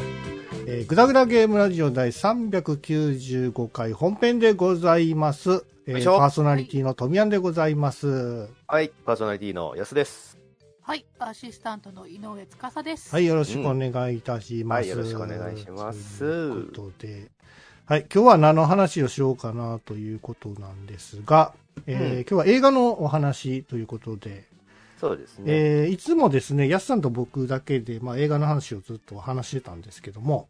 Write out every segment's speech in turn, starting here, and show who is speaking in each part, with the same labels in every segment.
Speaker 1: ー、グダグダゲームラジオ第395回本編でございます。え
Speaker 2: よ
Speaker 1: ー
Speaker 2: いしょ
Speaker 1: パーソナリティの富山でございます。
Speaker 2: はい、パーソナリティの安です。
Speaker 3: はい、アシスタントの井上司です。
Speaker 1: はい、よろしくお願いいたします。
Speaker 2: はいよろしくお願いします
Speaker 1: ということで、はい、今日は何の話をしようかなということなんですが、えー
Speaker 2: うん
Speaker 1: 今日は映画のお話ということで、
Speaker 2: そうですね。
Speaker 1: えーいつもですね、やすさんと僕だけで、まあ、映画の話をずっと話してたんですけども、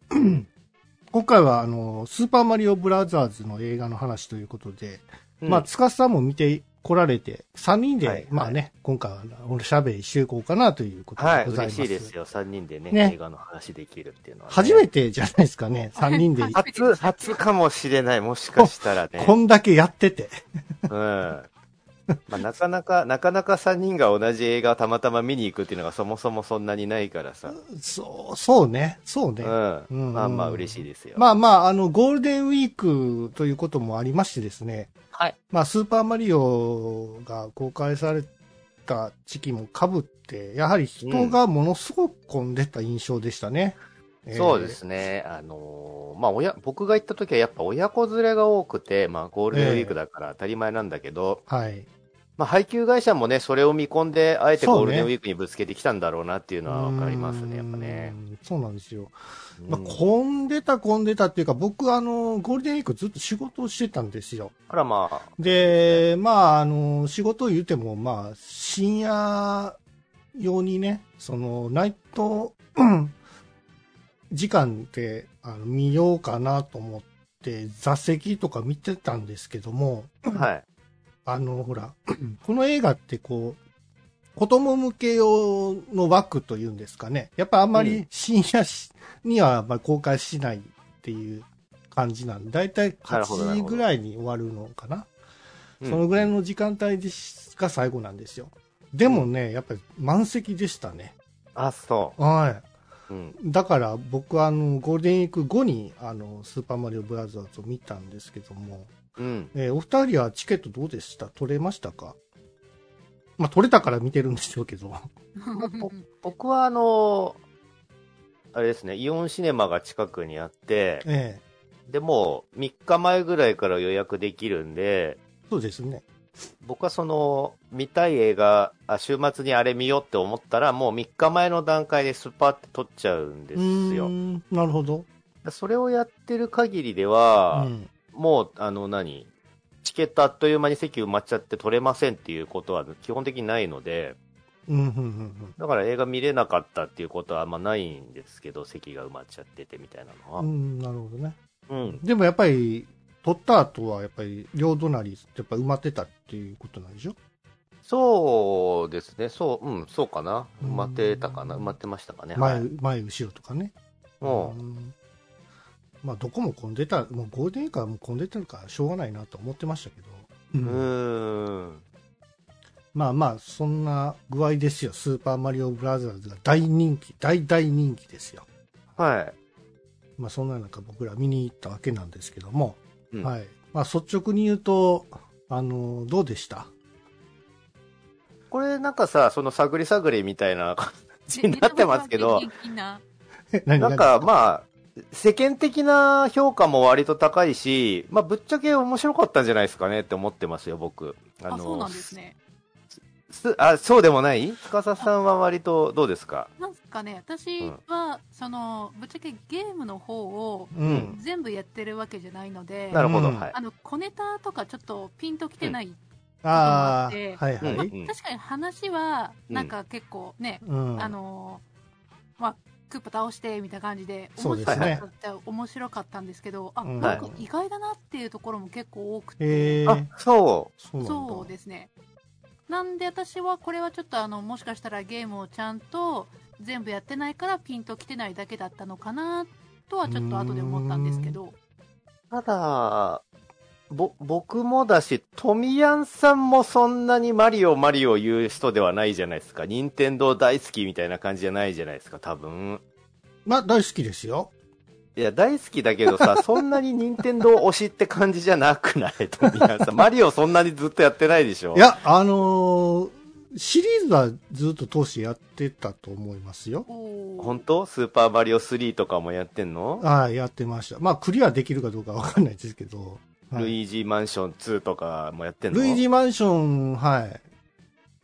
Speaker 1: 今回はあの、スーパーマリオブラザーズの映画の話ということで、
Speaker 2: うん
Speaker 1: まあ、つかさんも見て来られて、3人で、
Speaker 2: はい
Speaker 1: まあね、今回はおしゃべりしていこうかなということ
Speaker 2: は
Speaker 1: で
Speaker 2: い、
Speaker 1: ございま
Speaker 2: 嬉
Speaker 1: す。
Speaker 2: しいですよ。3人でね
Speaker 1: ね
Speaker 2: 映画の話できるっていうのは、ね。
Speaker 1: 初めてじゃないですか ね、3人で。
Speaker 3: はい
Speaker 2: 初、初かもしれない。もしかしたら ね。
Speaker 1: こんだけやってて。
Speaker 2: うん。まあ、なかなか、なかなか3人が同じ映画をたまたま見に行くっていうのがそもそもそんなにないからさ。
Speaker 1: そう、そうね、そうね。
Speaker 2: う
Speaker 1: うん
Speaker 2: ん。まあまあ嬉しいですよ。
Speaker 1: まあまあ、あの、ゴールデンウィークということもありましてですね、
Speaker 2: はい。
Speaker 1: まあ、スーパーマリオが公開された時期もかぶって、やはり人がものすごく混んでた印象でしたね。えー
Speaker 2: そうで。すね。あのーまあ親、僕が行った時はやっぱ親子連れが多くて、まあゴールデンウィークだから当たり前なんだけど、
Speaker 1: はい。
Speaker 2: まあ、配給会社もね、それを見込んで、あえて
Speaker 1: そうね
Speaker 2: ゴールデンウィークにぶつけてきたんだろうなっていうのは分かりますね、やっぱね
Speaker 1: う。ん。そうなんですよ。まあ、
Speaker 2: うん
Speaker 1: 混んでた混んでたっていうか、僕、あの、ゴールデンウィークずっと仕事をしてたんですよ。
Speaker 2: あら、まあ、
Speaker 1: で、まあ、あの、仕事を言っても、まあ、深夜用にね、その、ナイト、 うん時間であの見ようかなと思って、座席とか見てたんですけども、
Speaker 2: はい。
Speaker 1: あの、ほら、 この映画ってこう、子供向け用の枠というんですかね。やっぱあんま
Speaker 2: う
Speaker 1: り深夜しにはまあ公開しないっていう感じなんで、だいたい
Speaker 2: なるほどな
Speaker 1: 8
Speaker 2: る
Speaker 1: 時
Speaker 2: ほど
Speaker 1: ぐらいに終わるのかな。そのぐらいの時間帯ですが最後なんですよ。でもね、やっぱり満席でしたね。
Speaker 2: あ、そ
Speaker 1: は
Speaker 2: う。うん。
Speaker 1: い。だから僕はあの、ゴールデンウィーク後にあの、スーパーマリオブラザーズを見たんですけども、
Speaker 2: うん。
Speaker 1: えーお二人はチケットどうでした取れましたかまあ、取れたから見てるんでしょうけど。
Speaker 2: 僕は、あのーあれですね、イオンシネマが近くにあって、
Speaker 1: ええ
Speaker 2: でも、3日前ぐらいから予約できるんで、
Speaker 1: そうですね。
Speaker 2: 僕はその、見たい映画、あ、週末にあれ見ようって思ったら、もう3日前の段階でスパって撮っちゃうんで
Speaker 1: う
Speaker 2: す
Speaker 1: ー
Speaker 2: よ。
Speaker 1: ん。なるほど。
Speaker 2: それをやってる限りで
Speaker 1: う
Speaker 2: は、
Speaker 1: ん。
Speaker 2: もう、あの、何チケットあっという間に席埋まっちゃって取れませんっていうことは基本的にないので、
Speaker 1: うん、うん、うん
Speaker 2: だから映画見れなかったっていうことはあんまないんですけど、席が埋まっちゃっててみたいなの
Speaker 1: う
Speaker 2: は。
Speaker 1: ん。うん、なるほどね。
Speaker 2: うん。
Speaker 1: でもやっぱり、取った後はやっぱり、両隣、やっぱ埋まってたっていうことなんでしょ
Speaker 2: そうですね、そう、うん、そうかな。
Speaker 1: うん
Speaker 2: 埋まってたかな埋まってましたかね。は
Speaker 1: 前、
Speaker 2: い。
Speaker 1: 前、後ろとかね。
Speaker 2: も
Speaker 1: うんまあ、どこも混んでた、もうゴールデンウィークはもう混んでたのからしょうがないなと思ってましたけど、う
Speaker 2: う、うんーん。
Speaker 1: まあまあ、そんな具合ですよ、スーパーマリオブラザーズが大人気、大大人気ですよ。
Speaker 2: はい。
Speaker 1: まあ、そんな中、僕ら見に行ったわけなんですけども、
Speaker 2: うん
Speaker 1: はいまあ、率直に言うと、あのどうでした
Speaker 2: これなんかさ、その探り探りみたいな感じになってますけど、
Speaker 3: ネタバレ的な
Speaker 1: え何
Speaker 2: なんか、まあ、世間的な評価も割と高いし、まあ、ぶっちゃけ面白かったんじゃないですかねって思ってますよ、僕。あ
Speaker 3: あ、そうなんですね。
Speaker 2: すあ、そうでもない司さんは割とどうですか
Speaker 3: なんかね、私は、その、ぶっちゃけゲームの方を
Speaker 1: 何々うん、
Speaker 3: 全部やってるわけじゃないので、
Speaker 2: なるほど、
Speaker 1: うん
Speaker 2: はい。
Speaker 3: あの、小ネタとかちょっとピンときてない。
Speaker 1: ああ、
Speaker 3: ちょっと
Speaker 1: はいは
Speaker 2: うん
Speaker 1: い。
Speaker 2: うん
Speaker 3: 確かに話は、なんか結構ね、
Speaker 1: うん、
Speaker 3: あのーまあ、クッパ倒してみたいな感じで、
Speaker 1: そうです
Speaker 2: ね
Speaker 3: 面白かった面白かったんですけど、あ、
Speaker 1: うん
Speaker 3: なんか意外だなっていうところも結構多くて、
Speaker 1: えー、
Speaker 2: あ、そ
Speaker 1: そうなんだ。
Speaker 3: そうですね。なんで私はこれはちょっとあの、もしかしたらゲームをちゃんと全部やってないからピンときてないだけだったのかなとはちょっと後で思ったんですけど、
Speaker 2: う。ただ、ぼ、僕もだし、トミヤンさんもそんなにマリオマリオ言う人ではないじゃないですか。任天堂大好きみたいな感じじゃないじゃないですか、多分。
Speaker 1: まあ、大好きですよ。
Speaker 2: いや、大好きだけど さ、そんなに任天堂推しって感じじゃなくないトミヤンさ ん。マリオそんなにずっとやってないでしょ
Speaker 1: いや、あのーシリーズはずっと通してやってたと思いますよ。
Speaker 3: お
Speaker 2: 本当スーパーマリオ3とかもやってんの
Speaker 1: はい、やってました。まあ、クリアできるかどうかわかんないですけど。はい
Speaker 2: ルイージーマンション2とかもやってんの
Speaker 1: ルイージーマンション、は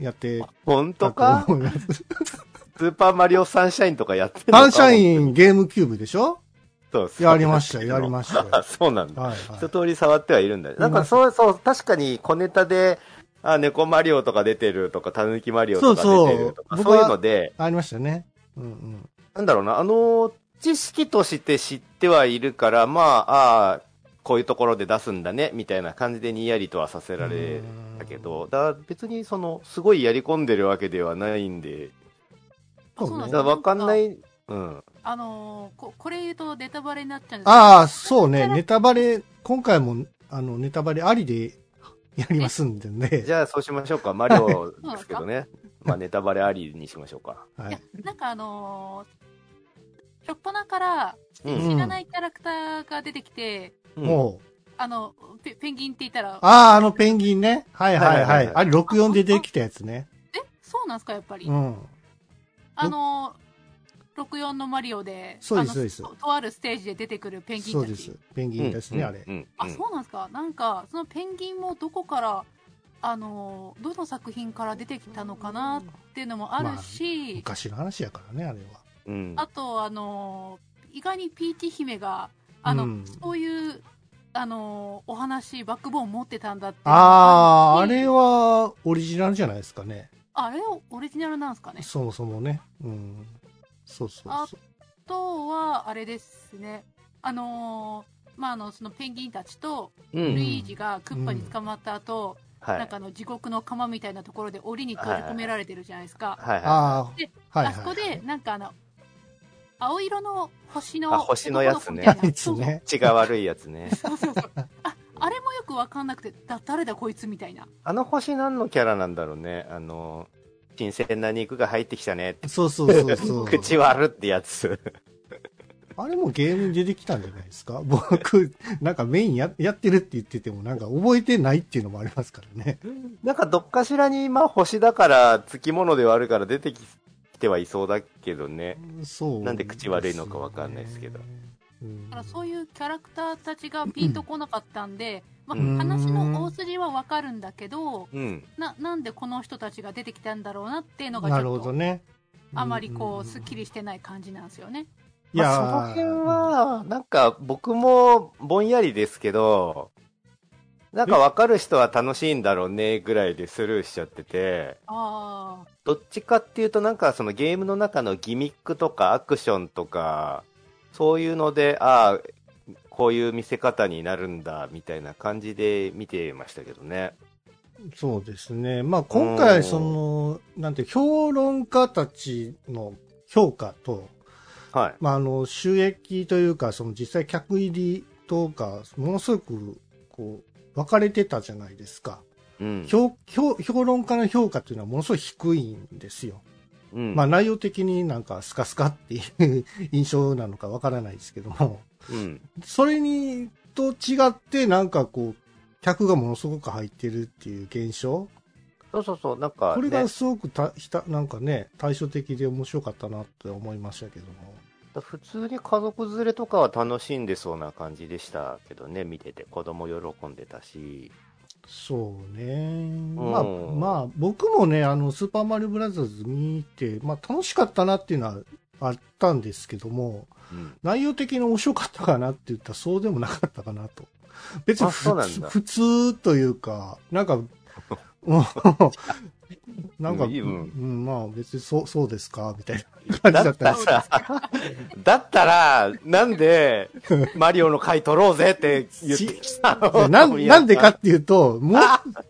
Speaker 1: い。やって
Speaker 2: 本当
Speaker 1: た
Speaker 2: か
Speaker 1: と思います。
Speaker 2: スーパーマリオサンシャインとかやってん の
Speaker 1: サンシャイ
Speaker 2: ン
Speaker 1: ンゲームキューブでしょやりま した、やりましたよ。
Speaker 2: あ、そうなんだ。
Speaker 1: はい、
Speaker 2: 一
Speaker 1: は
Speaker 2: 通り触ってはいるんだ。なんかそうそう、確かに小ネタで、あ、猫マリオとか出てるとか、タヌキマリオとか
Speaker 1: そうそう
Speaker 2: 出てるとか、そう
Speaker 1: 僕は
Speaker 2: いうので、
Speaker 1: い。ありましたね。うんうん。
Speaker 2: なんだろうな、あの、知識として知ってはいるから、まあ、ああ、こういうところで出すんだね、みたいな感じでにやりとはさせられたけど、だ別にその、すごいやり込んでるわけではないんで、
Speaker 1: そう
Speaker 3: そう
Speaker 2: だ
Speaker 3: なん
Speaker 2: か
Speaker 3: だ
Speaker 2: らわかんない、うん。
Speaker 3: あのーこ、これ言うとネタバレになっちゃうんですけど
Speaker 1: ああ、そうね、ネタバレ、今回も、あの、ネタバレありでやりますんで
Speaker 2: じ
Speaker 1: ね。
Speaker 2: ゃあそうしましょうか、マリオですけどね。まあ、ネタバレありにしましょうか。
Speaker 1: はいい
Speaker 3: や。、なんかあのー、しょっぱなから
Speaker 2: う
Speaker 3: 知
Speaker 2: ん。
Speaker 3: らないキャラクターが出てきて、
Speaker 2: うん
Speaker 1: もう、
Speaker 3: あの、ペペンギンって言ったら、
Speaker 1: ああ、あのペンギンね。はいはいはい
Speaker 2: ははい
Speaker 1: い。
Speaker 2: はい
Speaker 1: あれ、64でできたやつね。
Speaker 3: えそうなんですか、やっぱり。
Speaker 1: うん。
Speaker 3: あのー、64のマリオで、
Speaker 1: そうです
Speaker 3: あの
Speaker 1: そうです
Speaker 3: ととあるステージで出てくるペンギンたち。
Speaker 1: そうです。ペンギンですね、あれ。
Speaker 2: うんうん
Speaker 3: あ、そうなんですか。なんか、そのペンギンもどこから、あのー、どの作品から出てきたのかなっていうのもあるし、
Speaker 1: 昔の話やからね、あれは。
Speaker 2: うん
Speaker 3: あと、あのー、意外にピーチ姫が、あの、
Speaker 1: うん
Speaker 3: そういう、あのーお話、バックボーン持ってたんだっていうの
Speaker 1: ああ、
Speaker 3: が
Speaker 1: あ
Speaker 3: って
Speaker 1: れはオリジナルじゃないですかね。
Speaker 3: あれをオリジナルなんですかね。
Speaker 1: そもそもね。うん。そうそうそう。
Speaker 3: あとは、あれですね。あのーまあ、あの、そのペンギンたちと、
Speaker 2: う
Speaker 3: ルイ
Speaker 2: ん。
Speaker 3: ージがクッパに捕まった後、
Speaker 2: はい。
Speaker 3: なんかあの、地獄の釜みたいなところで檻に閉じ込められてるじゃないですか。
Speaker 2: はいは
Speaker 1: あ
Speaker 3: で
Speaker 1: あ、はいはい。
Speaker 3: あそこで、なんかあの、青色の星の、
Speaker 2: あ星のやつね
Speaker 3: 男の子
Speaker 1: あ
Speaker 3: み
Speaker 1: い
Speaker 3: た
Speaker 1: つ
Speaker 3: いな
Speaker 1: ね。
Speaker 2: い。血が悪いやつね。
Speaker 3: そうそうそうそう。あ、あれもよくわかんなくて、だ、誰だこいつみたいな。
Speaker 2: あの星何のキャラなんだろうね。あの、新鮮な肉が入ってきたねって。
Speaker 1: そうそうそうそう。
Speaker 2: 口割るってやつ。
Speaker 1: あれもゲームに出てきたんじゃないですか 僕、なんかメインややってるって言ってても、なんか覚えてないっていうのもありますからね。
Speaker 2: なんかどっかしらに、まあ星だから、つきものではあるから出てきてはいそうだけどね。
Speaker 1: そう、
Speaker 2: なんで口悪いのかわかんないですけど。
Speaker 1: うん
Speaker 3: だからそういうキャラクターたちがピンとこなかったんで、まあ、
Speaker 2: うん
Speaker 3: 話の大筋はわかるんだけど、
Speaker 2: うん。
Speaker 3: な、なんでこの人たちが出てきたんだろうなっていうのが
Speaker 1: な
Speaker 3: ち
Speaker 1: る
Speaker 3: ょ
Speaker 1: ほ
Speaker 3: っ
Speaker 1: ど
Speaker 3: と、
Speaker 1: ね。
Speaker 3: あまりこう、すっき
Speaker 1: り。
Speaker 3: りしてない感じなんですよね。
Speaker 1: い
Speaker 2: ま
Speaker 1: や
Speaker 2: あ、その辺は、なんか僕もぼんやりですけど、なんかわかる人は楽しいんだろうね、ぐらいでスルーしちゃってて。
Speaker 3: あ
Speaker 2: どっちかっていうとなんかそのゲームの中のギミックとかアクションとか、そういうので、ああ、こういう見せ方になるんだ、みたいな感じで見てましたけどね。
Speaker 1: そうですね。まあ今
Speaker 2: うん
Speaker 1: 回、その、なんて、評論家たちの評価と、
Speaker 2: はい。
Speaker 1: まああの、収益というか、その実際客入りとか、ものすごく、こう、分かれてたじゃないですか。
Speaker 2: うん。
Speaker 1: 評評評論家の評価というのはものすごい低いんですよ。
Speaker 2: うん
Speaker 1: まあ内容的になんかスカスカっていう 印象なのかわからないですけども、
Speaker 2: うん。
Speaker 1: それにと違ってなんかこう、客がものすごく入ってるっていう現象
Speaker 2: そうそうそう、なんか、ね、
Speaker 1: これがすごくた、ひた、なんかね、対照的で面白かったなって思いましたけども。
Speaker 2: 普通に家族連れとかは楽しんでそうな感じでしたけどね、見てて。子供喜んでたし。
Speaker 1: そうね。まあ、
Speaker 2: うん
Speaker 1: まあ、僕もね、あの、スーパーマリオブラザーズ見て、まあ楽しかったなっていうのはあったんですけども、
Speaker 2: うん。
Speaker 1: 内容的に面白かったかなって言ったらそうでもなかったかなと。別に
Speaker 2: あそ
Speaker 1: 普
Speaker 2: うなん
Speaker 1: 通
Speaker 2: だ
Speaker 1: 普通というか、なん か、うんなんか、
Speaker 2: うんいいうん
Speaker 1: うんまあ別にそう、そうですか、みたいな感じだった
Speaker 2: だ
Speaker 1: んです
Speaker 2: ったら、だったら、なんで、 マリオの回取ろうぜって言ってきたの
Speaker 1: で なんなんでか
Speaker 2: っ
Speaker 1: っていうと、もう、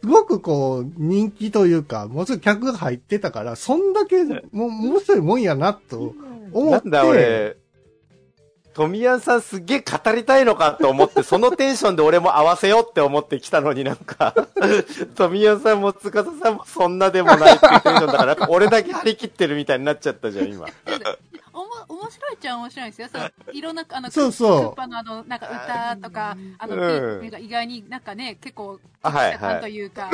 Speaker 1: すごくこう、人気というか、もうすぐ客が入ってたから、そんだけ、もう、面白いもんやな、と思
Speaker 2: な
Speaker 1: って。
Speaker 2: んだ俺、富谷さんすげえ語りたいのかと思って、そのテンションで俺も合わせようって思ってきたのになんか、 富谷さんも司さんもそんなでもないっていうテンションだから、なんか俺だけ張り切ってるみたいになっちゃったじゃん、今。
Speaker 3: おも面白いっちゃ面白いんですよ。そのいろんな、あの、
Speaker 1: そうそう
Speaker 3: クッパのあの、なんか歌とか、あの、
Speaker 2: うん
Speaker 3: ピーチが意外になんかね、結構、
Speaker 2: あはいはい
Speaker 3: 感というか、
Speaker 2: はい。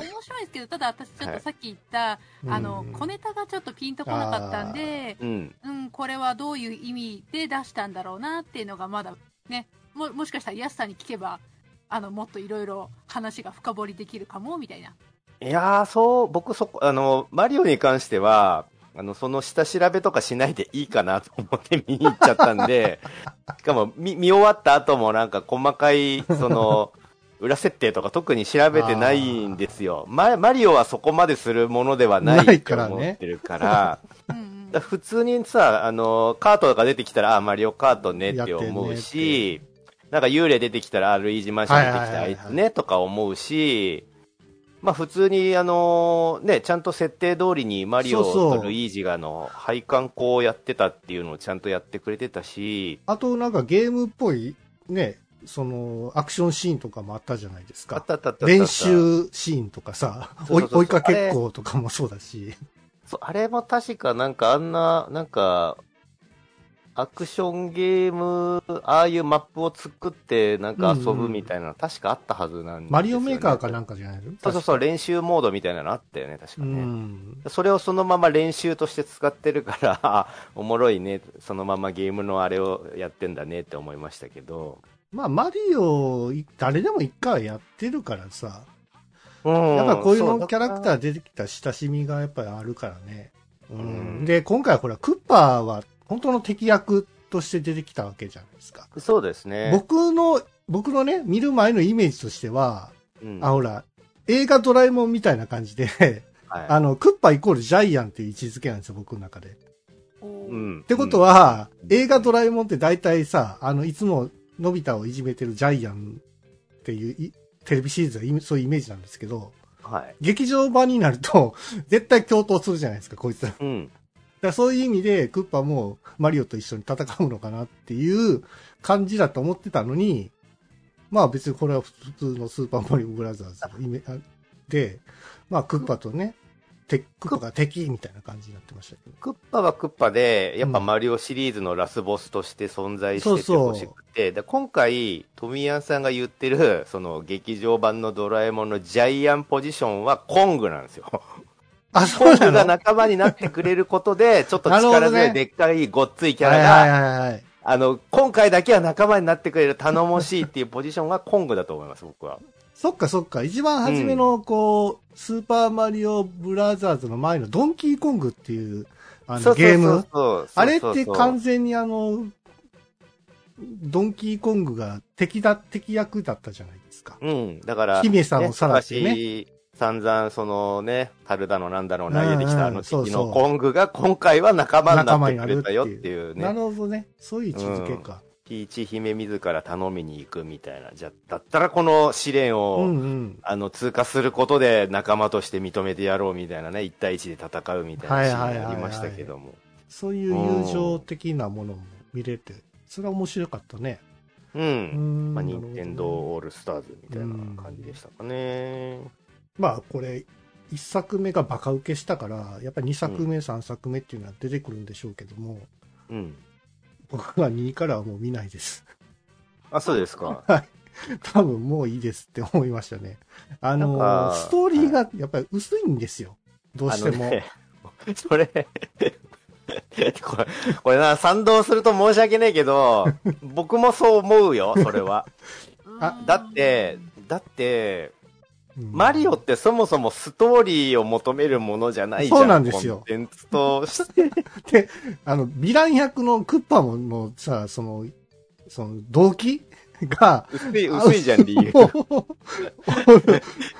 Speaker 3: 面白いですけど、ただ私ちょっとさっき言った、あの、小ネタがちょっとピンとこなかったんで、
Speaker 2: うん。
Speaker 3: うん、これはどういう意味で出したんだろうなっていうのがまだね、も、もしかしたら安さんに聞けば、あの、もっといろいろ話が深掘りできるかも、みたいな。
Speaker 2: いやー、そう、僕そこ、あの、マリオに関しては、あの、その下調べとかしないでいいかなと思って見に行っちゃったん で、しかも見、見終わった後もなんか細かい、そ の、裏設定とか特に調べてないんですよ。ママリオはそこまでするものではな
Speaker 1: ないい
Speaker 2: と
Speaker 1: からね
Speaker 2: 思ってるから、
Speaker 3: うんうん
Speaker 2: だから普通にさ、あの、カートが出てきたら、あ、マリオカートねって思うし、なんか幽霊出てきたら、あルイージマンション出てきたら、
Speaker 1: は
Speaker 2: あ
Speaker 1: いはい
Speaker 2: い
Speaker 1: はいはい
Speaker 2: つねとか思うし、まあ普通に、あの、ね、ちゃんと設定通りにマリオ
Speaker 1: そうそう
Speaker 2: とルイージがあの、配管工をやってたっていうのをちゃんとやってくれてたし、
Speaker 1: あとなんかゲームっぽい、ね、その、アクションシーンとかもあったじゃないです
Speaker 2: あ
Speaker 1: か
Speaker 2: っ。たあったあったあった
Speaker 1: 練習シーンとかさ、
Speaker 2: そう
Speaker 1: 追
Speaker 2: そう
Speaker 1: い
Speaker 2: そう
Speaker 1: 追いかけっことかもそうだし。
Speaker 2: そう、あれも確かなんかあんな、なんか、アクションゲーム、ああいうマップを作ってなんか遊ぶみたいなの確かあったはずなんですよね
Speaker 1: マリオメーカーかなんかじゃないの
Speaker 2: そうそうそう、練習モードみたいなのあったよね、確か
Speaker 1: う
Speaker 2: ね。
Speaker 1: ん。
Speaker 2: それをそのまま練習として使ってるから、 あおもろいね、そのままゲームのあれをやってんだねって思いましたけど。
Speaker 1: まあ、マリオ、い誰でも一回はやってるからさ、
Speaker 2: うん、
Speaker 1: やっぱこういうのキャラ
Speaker 2: ー
Speaker 1: クター出てきた親しみがやっぱりあるからね。う
Speaker 2: うん
Speaker 1: ん。で、今回はほら、クッパーは本当の敵役として出てきたわけじゃないですか。
Speaker 2: そうですね。
Speaker 1: 僕の、僕のね、見る前のイメージとしては、
Speaker 2: うん
Speaker 1: あ、ほら、映画ドラえもんみたいな感じで、
Speaker 2: はい
Speaker 1: あの、クッパイコールジャイアンっていう位置づけなんですよ、僕の中で。っ
Speaker 3: おー
Speaker 2: うん。って
Speaker 1: こと
Speaker 2: は、
Speaker 1: は、
Speaker 2: うん
Speaker 1: 映画ドラえもんって大体さ、あの、いつものび太をいじめてるジャイアンっていういテレビシリーズはイメそういうイメージなんですけど、
Speaker 2: はい。
Speaker 1: 劇場版になると、 絶対共闘するじゃないですか、こいつら。だか
Speaker 2: うん。
Speaker 1: らそういう意味で、クッパもマリオと一緒に戦うのかなっていう感じだと思ってたのに、まあ別にこれは普通のスーパーマリオブラザーズのイメあで、まあクッパとね、てクッパが敵みたいな感じになってましたけど。
Speaker 2: クッパはクッパで、やっぱ
Speaker 1: うん
Speaker 2: マリオシリーズのラスボスとして存在し
Speaker 1: そう
Speaker 2: てて
Speaker 1: そう
Speaker 2: ほしくて、で今回、トミヤンさんが言ってる、その劇場版のドラえもんのジャイアンポジションはコングなんですよ。
Speaker 1: あ、そ
Speaker 2: コ
Speaker 1: う
Speaker 2: ング
Speaker 1: な
Speaker 2: が
Speaker 1: の
Speaker 2: 仲間になってくれることで、ちょっと力強いでっかいごっついキャラ
Speaker 1: はい
Speaker 2: が、
Speaker 1: はいはいはい。
Speaker 2: あの、今回だけは仲間になってくれる頼もしいっていうポジションがコングだと思います、僕は。
Speaker 1: そっかそっか。一番初めの、こう、スーパーマリオブラザーズの前のドンキーコングっていう、あの、
Speaker 2: そうそう
Speaker 1: ゲー
Speaker 2: そ
Speaker 1: ム
Speaker 2: う。そう
Speaker 1: あれって完
Speaker 2: じ。
Speaker 1: 全にあの、ドンキーコングが敵だ、敵役だったじゃないですか。
Speaker 2: うん、だから、
Speaker 1: 姫さんもさらし
Speaker 2: し、
Speaker 1: てね
Speaker 2: 散々、そのね、樽だのなんだの投げてき
Speaker 1: う
Speaker 2: たあ
Speaker 1: んう
Speaker 2: の
Speaker 1: んそう
Speaker 2: 時
Speaker 1: そう
Speaker 2: のコングが今回は仲間になってくれたよっていう
Speaker 1: な
Speaker 2: ね、
Speaker 1: るほどね。そういう位置づけか。
Speaker 2: ピーチ姫自ら頼みに行くみたいな、じゃ、だったらこの試練
Speaker 1: う
Speaker 2: を、
Speaker 1: んうん。
Speaker 2: あの、通過することで仲間として認めてやろうみたいなね、一対一で戦うみたいなシーンがありましたけども。
Speaker 1: そういう友情的なものも見れて、それは面白かったね。
Speaker 2: う。
Speaker 1: うんん。
Speaker 2: まあ、
Speaker 1: なる
Speaker 2: 任
Speaker 1: ほどね
Speaker 2: 天堂オールスターズみたいな感じでしたかね。
Speaker 1: まあ、これ、一作目がバカ受けしたから、やっぱり二作目、三作目っていうのは出てくるんでしょうけども、
Speaker 2: うん。
Speaker 1: 僕は2からはもう見ないです。
Speaker 2: あ、そうですか。
Speaker 1: 多分もういいですって思いましたね。あの
Speaker 2: なん
Speaker 1: ー、
Speaker 2: か
Speaker 1: ストーリーがやっぱり薄いんですよ。どうしても。
Speaker 2: あのね、 それ、これ、これな、賛同すると申し訳ねえ けど、僕もそう思うよ、それは。
Speaker 1: あ
Speaker 2: だって、だって、
Speaker 1: うん
Speaker 2: マリオってそもそもストーリーを求めるものじゃないじゃん。
Speaker 1: そうなんですよ
Speaker 2: コンテンツとして。
Speaker 1: あの、ヴィラン役のクッパものさ、その、その、動機が、
Speaker 2: 薄い、薄いじゃん、理由。
Speaker 1: も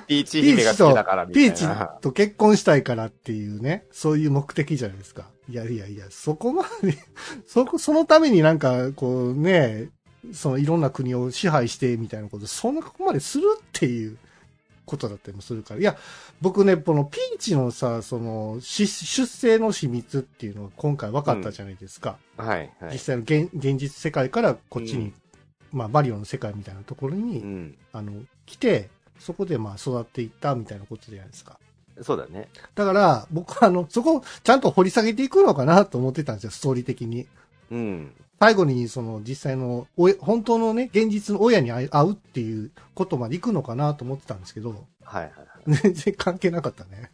Speaker 2: ピーチ姫が好きだから
Speaker 1: う
Speaker 2: みた
Speaker 1: ピ
Speaker 2: い
Speaker 1: ーチ
Speaker 2: な。
Speaker 1: と結婚したいからっていうね、そういう目的じゃないですか。いやいやいや、そこまで、 そこ、そのためになんか、こうね、そのいろんな国を支配してみたいなこと、そんなここまでするっていうことだったりもするから。いや、僕ね、このピーチのさ、その、し出生の秘密っていうのが今回分かったじゃないですか。
Speaker 2: はい、は
Speaker 1: 実
Speaker 2: い。
Speaker 1: 際の現現実世界からこっちに、まあ、マリオの世界みたいなところに、
Speaker 2: うん。
Speaker 1: あの来て、そこでまあ育っていったみたいなことじゃないですか。
Speaker 2: そうだね。
Speaker 1: だから、僕はあの、そこをちゃんと掘り下げていくのかなと思ってたんですよ、ストーリー的に。
Speaker 2: うん。
Speaker 1: 最後に、その、実際の、おえ本当のね、現実の親に会うっていうことまで行くのかなと思ってたんですけど、
Speaker 2: はい、はいはい。
Speaker 1: 全然関係なかったね。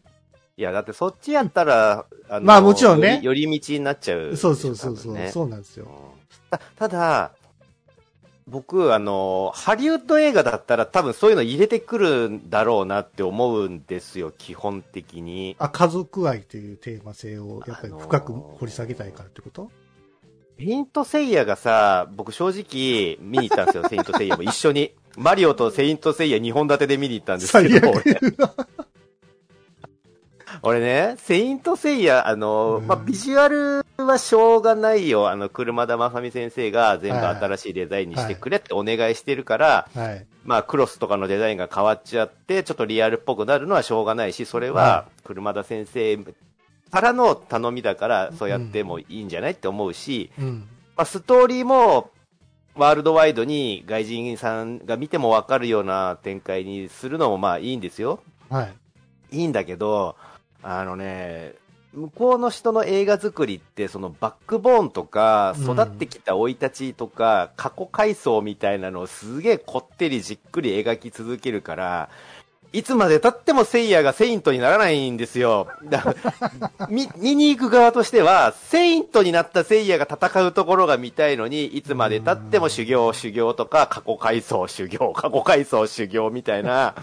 Speaker 2: いいや、だってそっちやったら、あ
Speaker 1: まあもちろんね
Speaker 2: 寄り寄り道になっちゃうでし
Speaker 1: そ
Speaker 2: ょ。
Speaker 1: うそうそうそ
Speaker 2: 多
Speaker 1: う、
Speaker 2: 分ね
Speaker 1: そうなんですよ。
Speaker 2: たただ、僕、あの、ハリウッド映画だったら多分そういうの入れてくるんだろうなって思うんですよ、基本的に。
Speaker 1: あ、家族愛というテーマ性をやっぱり深く掘り下げたいからってこと、
Speaker 2: ペイントセイヤがさ、僕正直見に行ったんで すよ、セイントセイヤも一緒に。マリオとセイントセイヤ2本立てで見に行ったんですけど、俺。俺ね、セイントセイヤ、あの、
Speaker 1: うん
Speaker 2: まあ、ビジュアルはしょうがないよ。あの、車田正美先生が全部
Speaker 1: はいはい
Speaker 2: 新しいデザインにしてくれってお願いしてるから、
Speaker 1: はい。
Speaker 2: まあ、クロスとかのデザインが変わっちゃって、ちょっとリアルっぽくなるのはしょうがないし、それは
Speaker 1: は、
Speaker 2: 車田先生からの頼みだから、そうやってもいいんじゃないって思うし、
Speaker 1: うん。
Speaker 2: まあ、ストーリーも、ワールドワイドに外人さんが見てもわかるような展開にするのもまあいいんですよ。
Speaker 1: はい。
Speaker 2: いいんだけど、あのね、向こうの人の映画作りって、そのバックボーンとか、
Speaker 1: うん
Speaker 2: 育ってきた生い立ちとか、過去回想みたいなのをすげえこってりじっくり描き続けるから、いつまで経ってもセイヤがセイントにならないんですよ。だ見見に行く側としては、セイントになったセイヤが戦うところが見たいのに、いつまで経っても修行、修行とか、過去回想、修行、過去回想、修行みたいな、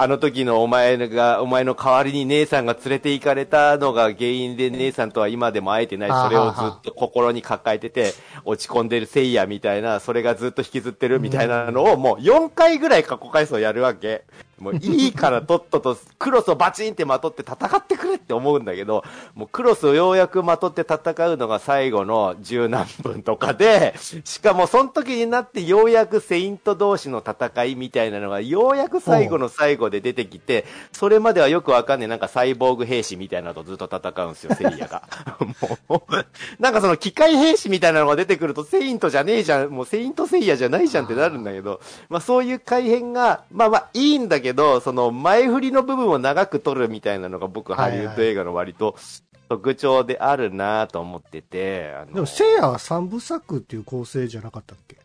Speaker 2: あの時のお前が、お前の代わりに姉さんが連れて行かれたのが原因で姉さんとは今でも会えてない。
Speaker 1: あー
Speaker 2: それをずっと心に抱えてて、落ち込んでるせいやみたいな、それがずっと引きずってるみたいなのをもう4回ぐらい過去回想やるわけ。もういいからとっととクロスをバチンってまとって戦ってくれって思うんだけど、もうクロスをようやくまとって戦うのが最後の十何分とかで、しかもその時になってようやくセイント同士の戦いみたいなのがようやく最後の最後で出てきて、それまではよくわかんねえなんかサイボーグ兵士みたいなのとずっと戦うんですよ、セイヤが。もう、なんかその機械兵士みたいなのが出てくるとセイントじゃねえじゃん、もうセイントセイヤじゃないじゃんってなるんだけど、まあそういう改変が、まあまあいいんだけど、その前振りの部分を長く取るみたいなのが僕
Speaker 1: はいは
Speaker 2: ハ
Speaker 1: い
Speaker 2: リウッド映画の割と特徴であるなと思ってて、あの
Speaker 1: でも、聖夜は三部作っていう構成じゃなかったっけ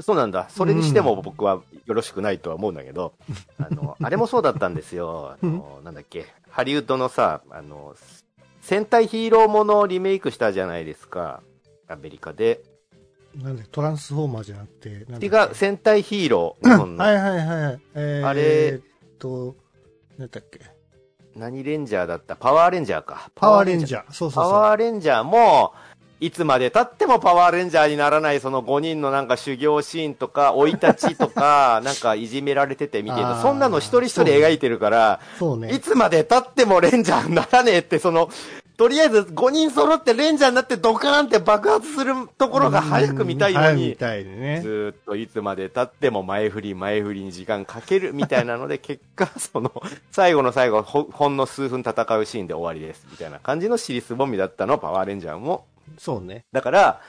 Speaker 2: そうなんだ。それにしても僕はよろしくないとは思うんだけ ど、あの、あれもそうだったんですよ。あの、なんだっけ、ハリウッドのさ、あの、戦隊ヒーローものをリメイクしたじゃないですか。アメリカで。
Speaker 1: なんで、トランスフォーマーじゃなくて、なんだっけ
Speaker 2: 違う、戦隊ヒーロー。日本の
Speaker 1: はいはいはい。えー、
Speaker 2: あれ
Speaker 1: えーっと、なんだっけ
Speaker 2: 何レンジャーだったパワーレンジャーか。
Speaker 1: パワーレンジャー。そうそ
Speaker 2: パ
Speaker 1: うそう。
Speaker 2: ワーレンジャーも、いつまで経ってもパワーレンジャーにならない、その5人のなんか修行シーンとか、生い立ち とか、なんかいじめられてて見てる
Speaker 1: あ
Speaker 2: と、
Speaker 1: ー
Speaker 2: そんなの一人一人描いてるから、
Speaker 1: そうね
Speaker 2: い。つまで経ってもレンジャーにならねえって、その、とりあえず5人揃ってレンジャーになってドカーンって爆発するところが早く見たいの
Speaker 1: うん早く
Speaker 2: に
Speaker 1: 見、たいね
Speaker 2: ず。ーっといつまで経っても前振り前振りに時間かけるみたいな ので、結果、その、最後の最後ほ、ほんの数分戦うシーンで終わりです、みたいな感じの尻すぼみだったの、パワーレンジャーも。
Speaker 1: そうね。
Speaker 2: だから、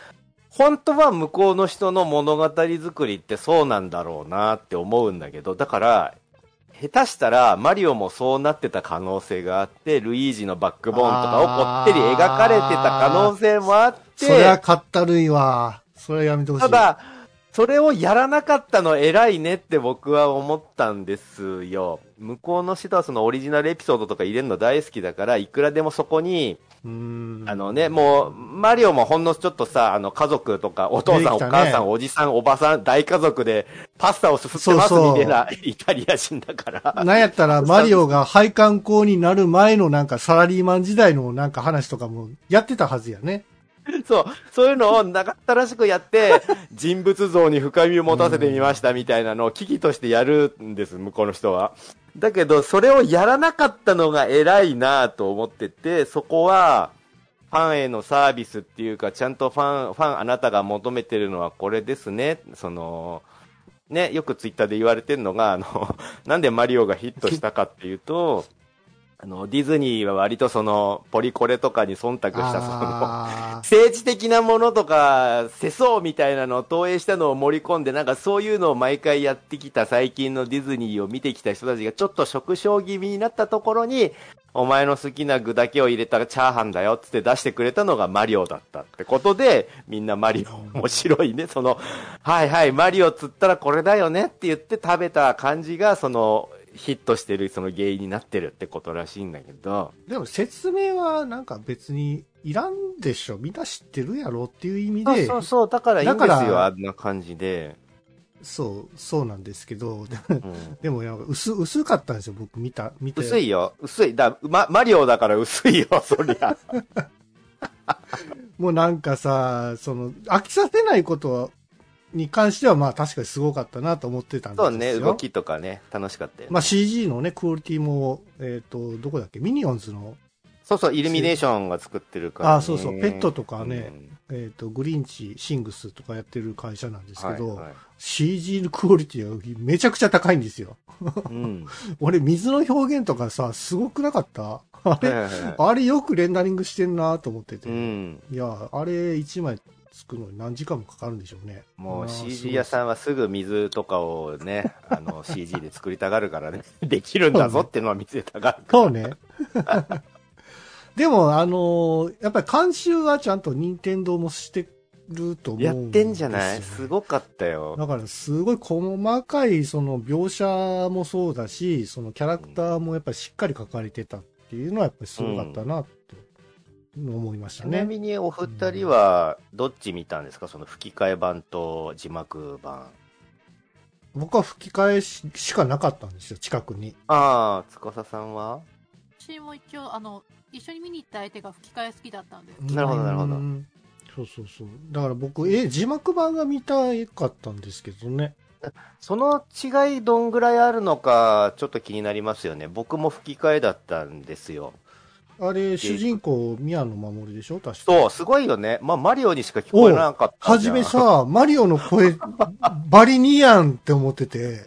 Speaker 2: 本当は向こうの人の物語作りってそうなんだろうなって思うんだけど、だから、下手したらマリオもそうなってた可能性があって、ルイージのバックボーンとかをこってり描かれてた可能性もあって、
Speaker 1: それはかったるいわ。それはやめてほしい。
Speaker 2: ただ、それをやらなかったの偉いねって僕は思ったんですよ。向こうの人はそのオリジナルエピソードとか入れるの大好きだから、いくらでもそこに、
Speaker 1: うーん、
Speaker 2: あのね、もう、マリオもほんのちょっとさ、あの、家族とか、お父さん、
Speaker 1: 出てき
Speaker 2: お
Speaker 1: たね
Speaker 2: 母さん、おじさん、おばさん、大家族で、パスタをすすってます
Speaker 1: そうそう
Speaker 2: みたいな、イタリア人だから。
Speaker 1: なんやったら、マリオが配管工になる前のなんかサラリーマン時代のなんか話とかもやってたはずやね。
Speaker 2: そう、そういうのをなかったらしくやって、人物像に深みを持たせてみましたみたいなのを危機としてやるんです、向こうの人は。だけど、それをやらなかったのが偉いなと思ってて、そこは、ファンへのサービスっていうか、ちゃんとファン、ファン、あなたが求めてるのはこれですね。その、ね、よくツイッターで言われてるの が、あの、なんでマリオがヒットしたかっていうと、あの、ディズニーは割とその、ポリコレとかに忖度した、その、
Speaker 1: あー
Speaker 2: 政治的なものとか、世相みたいなのを投影したのを盛り込んで、なんかそういうのを毎回やってきた最近のディズニーを見てきた人たちがちょっと食傷気味になったところに、お前の好きな具だけを入れたチャーハンだよっつって出してくれたのがマリオだったってことで、 みんなマリオ面白いね。その、はいはい、マリオっつったらこれだよねって言って食べた感じが、その、ヒットしてるその原因になってるってことらしいんだけど、
Speaker 1: でも説明はなんか別にいらんでしょ。みんな知ってるやろっていう意味
Speaker 2: そう
Speaker 1: で、
Speaker 2: そうそう、だからいいんで
Speaker 1: だ
Speaker 2: す
Speaker 1: から
Speaker 2: よ、あんな感じで。
Speaker 1: そう、そうなんですけど、で
Speaker 2: うん
Speaker 1: でもなんか薄、薄かったんですよ、僕見た、見て。
Speaker 2: 薄いよ、薄い。だ、ま、マリオだから薄 いよ、そりゃ。
Speaker 1: もうなんかさ、その、飽きさせないことに関してはまあ確かにすごかったなと思ってたんです
Speaker 2: そ
Speaker 1: よ。
Speaker 2: うね、動きとかね、楽しかったよね、
Speaker 1: まあ CG のね、クオリティも、えっ、と、どこだっけ、ミニオンズの、
Speaker 2: そうそう、イルミネーションが作ってるから、ね。
Speaker 1: あそうそうペットとかね
Speaker 2: ん
Speaker 1: えっ、と、グリンチ、シングスとかやってる会社なんですけど、
Speaker 2: はいはい
Speaker 1: CG のクオリティがめちゃくちゃ高いんですよ。
Speaker 2: うん
Speaker 1: 俺、水の表現とかさ、すごくなかったあ
Speaker 2: はい
Speaker 1: れ、
Speaker 2: はいはい
Speaker 1: あれよくレンダリングしてんなと思ってて。
Speaker 2: うん。
Speaker 1: いや、あれ1枚作るのに何時間もかかるんでしょうね。
Speaker 2: も
Speaker 1: あ
Speaker 2: う
Speaker 1: ー
Speaker 2: CG 屋さんはすぐ水とかをね、あの CG で作りたが るからね、できるんだぞってのは見せたがるから。
Speaker 1: そうね。 でも、あのーやっぱり監修はちゃんと任天堂もしてると思うんです
Speaker 2: や
Speaker 1: よ、
Speaker 2: ってんじゃないすごかったよ。
Speaker 1: だから、すごい細かい、その描写もそうだし、そのキャラクターもやっぱりしっかり描かれてたっていうのは、やっぱりすごかったな、と思いまし
Speaker 2: ち
Speaker 1: た
Speaker 2: な
Speaker 1: ね。
Speaker 2: みにお二人はどっち見たんですかその吹き替え版と字幕版。
Speaker 1: 僕は吹き替えししかなかったんですよ、近くに。
Speaker 2: ああ、司さんは
Speaker 3: 私も一応あの一緒に見に行った相手が吹き替え好きだったんで
Speaker 2: なるほどなるほど
Speaker 1: うん。そうそうそう。だから僕、え、字幕版が見たかったんですけどね。
Speaker 2: その違いどんぐらいあるのかちょっと気になりますよね。僕も吹き替えだったんですよ。
Speaker 1: あれ、主人公、宮野真守でしょ確か。
Speaker 2: そう、すごいよね。まあ、マリオにしか聞こえなかった
Speaker 1: は
Speaker 2: じ
Speaker 1: じ
Speaker 2: ゃん。
Speaker 1: めさ、マリオの声、 バリニやんって思ってて。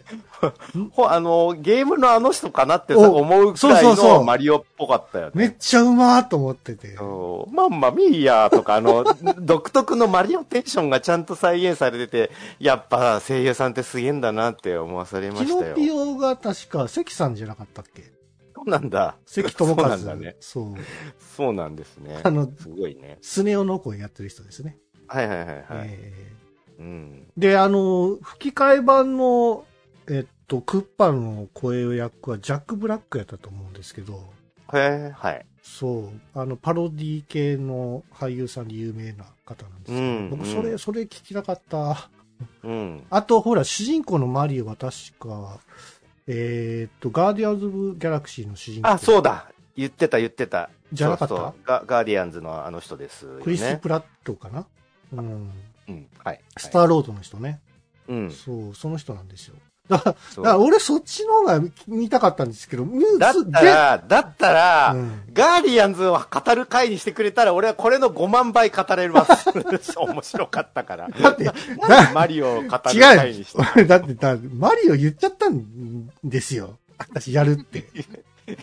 Speaker 2: ほあの、ゲームのあの人かなってさ
Speaker 1: お
Speaker 2: 思うくらい
Speaker 1: そうそうそ
Speaker 2: の
Speaker 1: う
Speaker 2: マリオっぽかったよ
Speaker 1: め
Speaker 2: ね
Speaker 1: っ。ちゃうまーと思ってて。
Speaker 2: そうマンマミーヤーとか、あの、 独特のマリオテンションがちゃんと再現されてて、やっぱ声優さんってすげえんだなって思わされま
Speaker 1: キ
Speaker 2: した
Speaker 1: ノ
Speaker 2: よ。
Speaker 1: ピオが確か関さんじゃなかったっけ
Speaker 2: そうなんだ。
Speaker 1: 関智和。
Speaker 2: そうなんだね。
Speaker 1: そう。
Speaker 2: そうなんですね
Speaker 1: あ。の、
Speaker 2: すごいね。
Speaker 1: スネ夫の声やってる人ですね。
Speaker 2: はいはいはいはい。
Speaker 1: え
Speaker 2: うん。
Speaker 1: ーで、あの、吹き替え版の、えっと、クッパの声役はジャック・ブラックやったと思うんですけど、
Speaker 2: へえ、はい。
Speaker 1: そう、あの、パロディ系の俳優さんで有名な方なんですけど、
Speaker 2: うん
Speaker 1: 僕、それ、
Speaker 2: うん
Speaker 1: それ聞きなかった。
Speaker 2: うん。
Speaker 1: あと、ほら、主人公のマリオは確か、えーっと、ガーディアンズ・オブ・ギャラクシーの主人公。
Speaker 2: あ、そうだ。言ってた言ってた。
Speaker 1: じゃなかった
Speaker 2: そうそうガガーディアンズのあの人ですよね。
Speaker 1: クリス・プラットかな、うん。
Speaker 2: うん。はい。
Speaker 1: スターロードの人ね。
Speaker 2: うん。
Speaker 1: そう、その人なんですよ。だから、
Speaker 2: そ
Speaker 1: だ
Speaker 2: う
Speaker 1: から俺そっちの方が見たかったんですけど、ミュ
Speaker 2: だったら、だったら、
Speaker 1: うん
Speaker 2: ガーディアンズを語る回にしてくれたら、俺はこれの5万倍語れま す。面白かったから。
Speaker 1: だって、
Speaker 2: なんでマリオを語る回にして。
Speaker 1: 違う。だってだ、マリオ言っちゃったんですよ。私やるって。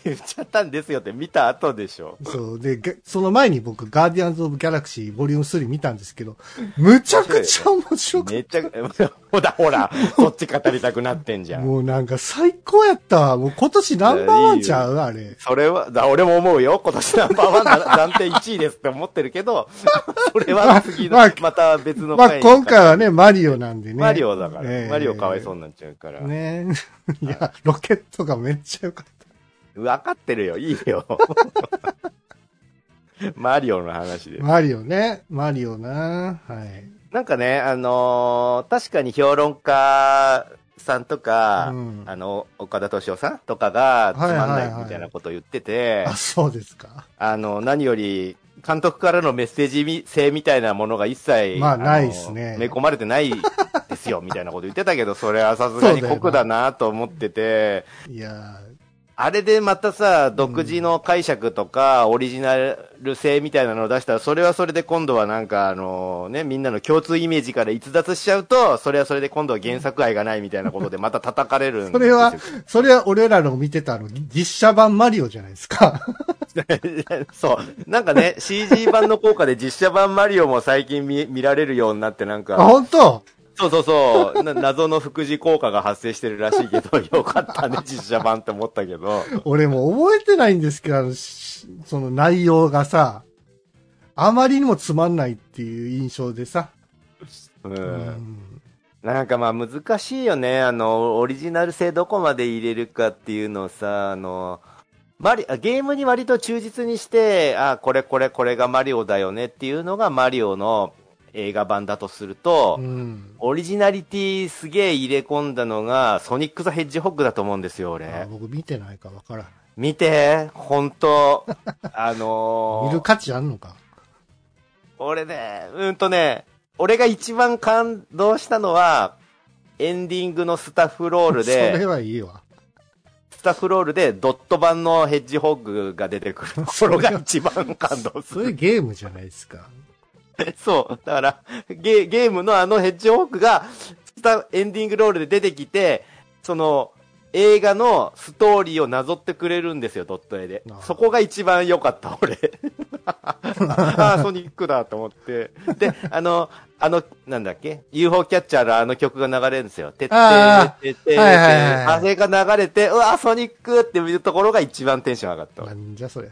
Speaker 2: 言っちゃったんですよって見た後でしょ。
Speaker 1: そう。で、がその前に僕、ガーディアンズ・オブ・ギャラクシー、ボリューム3見たんですけど、むちゃくちゃ面白かっ
Speaker 2: めっちゃ、ほらほら、そっち語りたくなってんじ
Speaker 1: た。
Speaker 2: ゃん。
Speaker 1: もうなんか最高やったわ。もう今年ナンバーワンちゃうあれ。
Speaker 2: それは、だ俺も思うよ。今年ナンバーワン だ暫定1位ですって思ってるけど、それは次の
Speaker 1: まあ、
Speaker 2: また別の
Speaker 1: まあ
Speaker 2: 回に
Speaker 1: 今回はね、マリオなんでね。
Speaker 2: マリオだから、
Speaker 1: ええ
Speaker 2: マリオかわいそうになっちゃうから。
Speaker 1: ねいや、ロケットがめっちゃ良かった。
Speaker 2: 分かってるよ、いいよ。 マリオの話です。
Speaker 1: マリオね。マリオな。はい。
Speaker 2: なんかね、あのー確かに評論家さんとか、
Speaker 1: うん
Speaker 2: あの、岡田敏夫さんとかが、つまん
Speaker 1: はいはいは
Speaker 2: ないいみたいなこと言ってて、
Speaker 1: あ、そうですか。
Speaker 2: あの、何より、監督からのメッセージみ性みたいなものが一切、
Speaker 1: まあ
Speaker 2: の
Speaker 1: ないっすね
Speaker 2: 埋め込まれてないですよ、みたいなこと言ってたけど、それはさすがに
Speaker 1: そうだよな
Speaker 2: 酷だなと思ってて、
Speaker 1: いや
Speaker 2: あれでまたさ、独自の解釈とか、オリジナル性みたいなのを出したら、それはそれで今度はなんか、あのね、みんなの共通イメージから逸脱しちゃうと、それはそれで今度は原作愛がないみたいなことで、また叩かれるんですよ
Speaker 1: それはーそれは俺らの見てたあの、実写版マリオじゃないですか。
Speaker 2: そう。なんかね、CG 版の効果で実写版マリオも最近見見られるようになって、なん
Speaker 1: あ、
Speaker 2: か、
Speaker 1: 本当
Speaker 2: そうそうそう、な謎の副次効果が発生してるらしいけど、よかっ たね、実写版って思ったけど。
Speaker 1: 俺もう覚えてないんですけど、あの、しその内容がさ、あまりにもつまんないっていう印象でさ。
Speaker 2: う。
Speaker 1: うんん
Speaker 2: なんかまあ難しいよね。あの、オリジナル性どこまで入れるかっていうのをさ、あの、マリ、あゲームに割と忠実にして、あ、これこれこれがマリオだよねっていうのがマリオの映画版だとすると、
Speaker 1: うん。
Speaker 2: オリジナリティすげえ入れ込んだのが、ソニック・ザ・ヘッジホッグだと思うんですよ、
Speaker 1: あ
Speaker 2: 俺。
Speaker 1: 僕見てないかわからない。
Speaker 2: 見て、ほんと、 あの
Speaker 1: 見
Speaker 2: ー
Speaker 1: る価値あんのか。
Speaker 2: 俺ね、うんとね、俺が一番感動したのは、エンディングのスタッフロー ル
Speaker 1: それ
Speaker 2: で、
Speaker 1: はいいわ。
Speaker 2: スタッフロールでドット版のヘッジホッグが出てくるところが一番感動す
Speaker 1: それ
Speaker 2: る。
Speaker 1: ゲームじゃないですか。
Speaker 2: そう。だからゲ、ゲームのあのヘッジホッグが、スタ、エンディングロールで出てきて、その、映画のストーリーをなぞってくれるんですよ、ドット絵で
Speaker 1: なるほ。ど
Speaker 2: そこが一番良かった、 俺。ああ、ソニックだと思って。で、あの、あの、なんだっけ ?UFO キャッチャーのあの曲が流れるんですよ。てってー
Speaker 1: あ
Speaker 2: てってーてってー、
Speaker 1: はいはいはい
Speaker 2: あれが流れて、うわ、ソニックっていうところが一番テンション上がった。
Speaker 1: なんじゃそれ。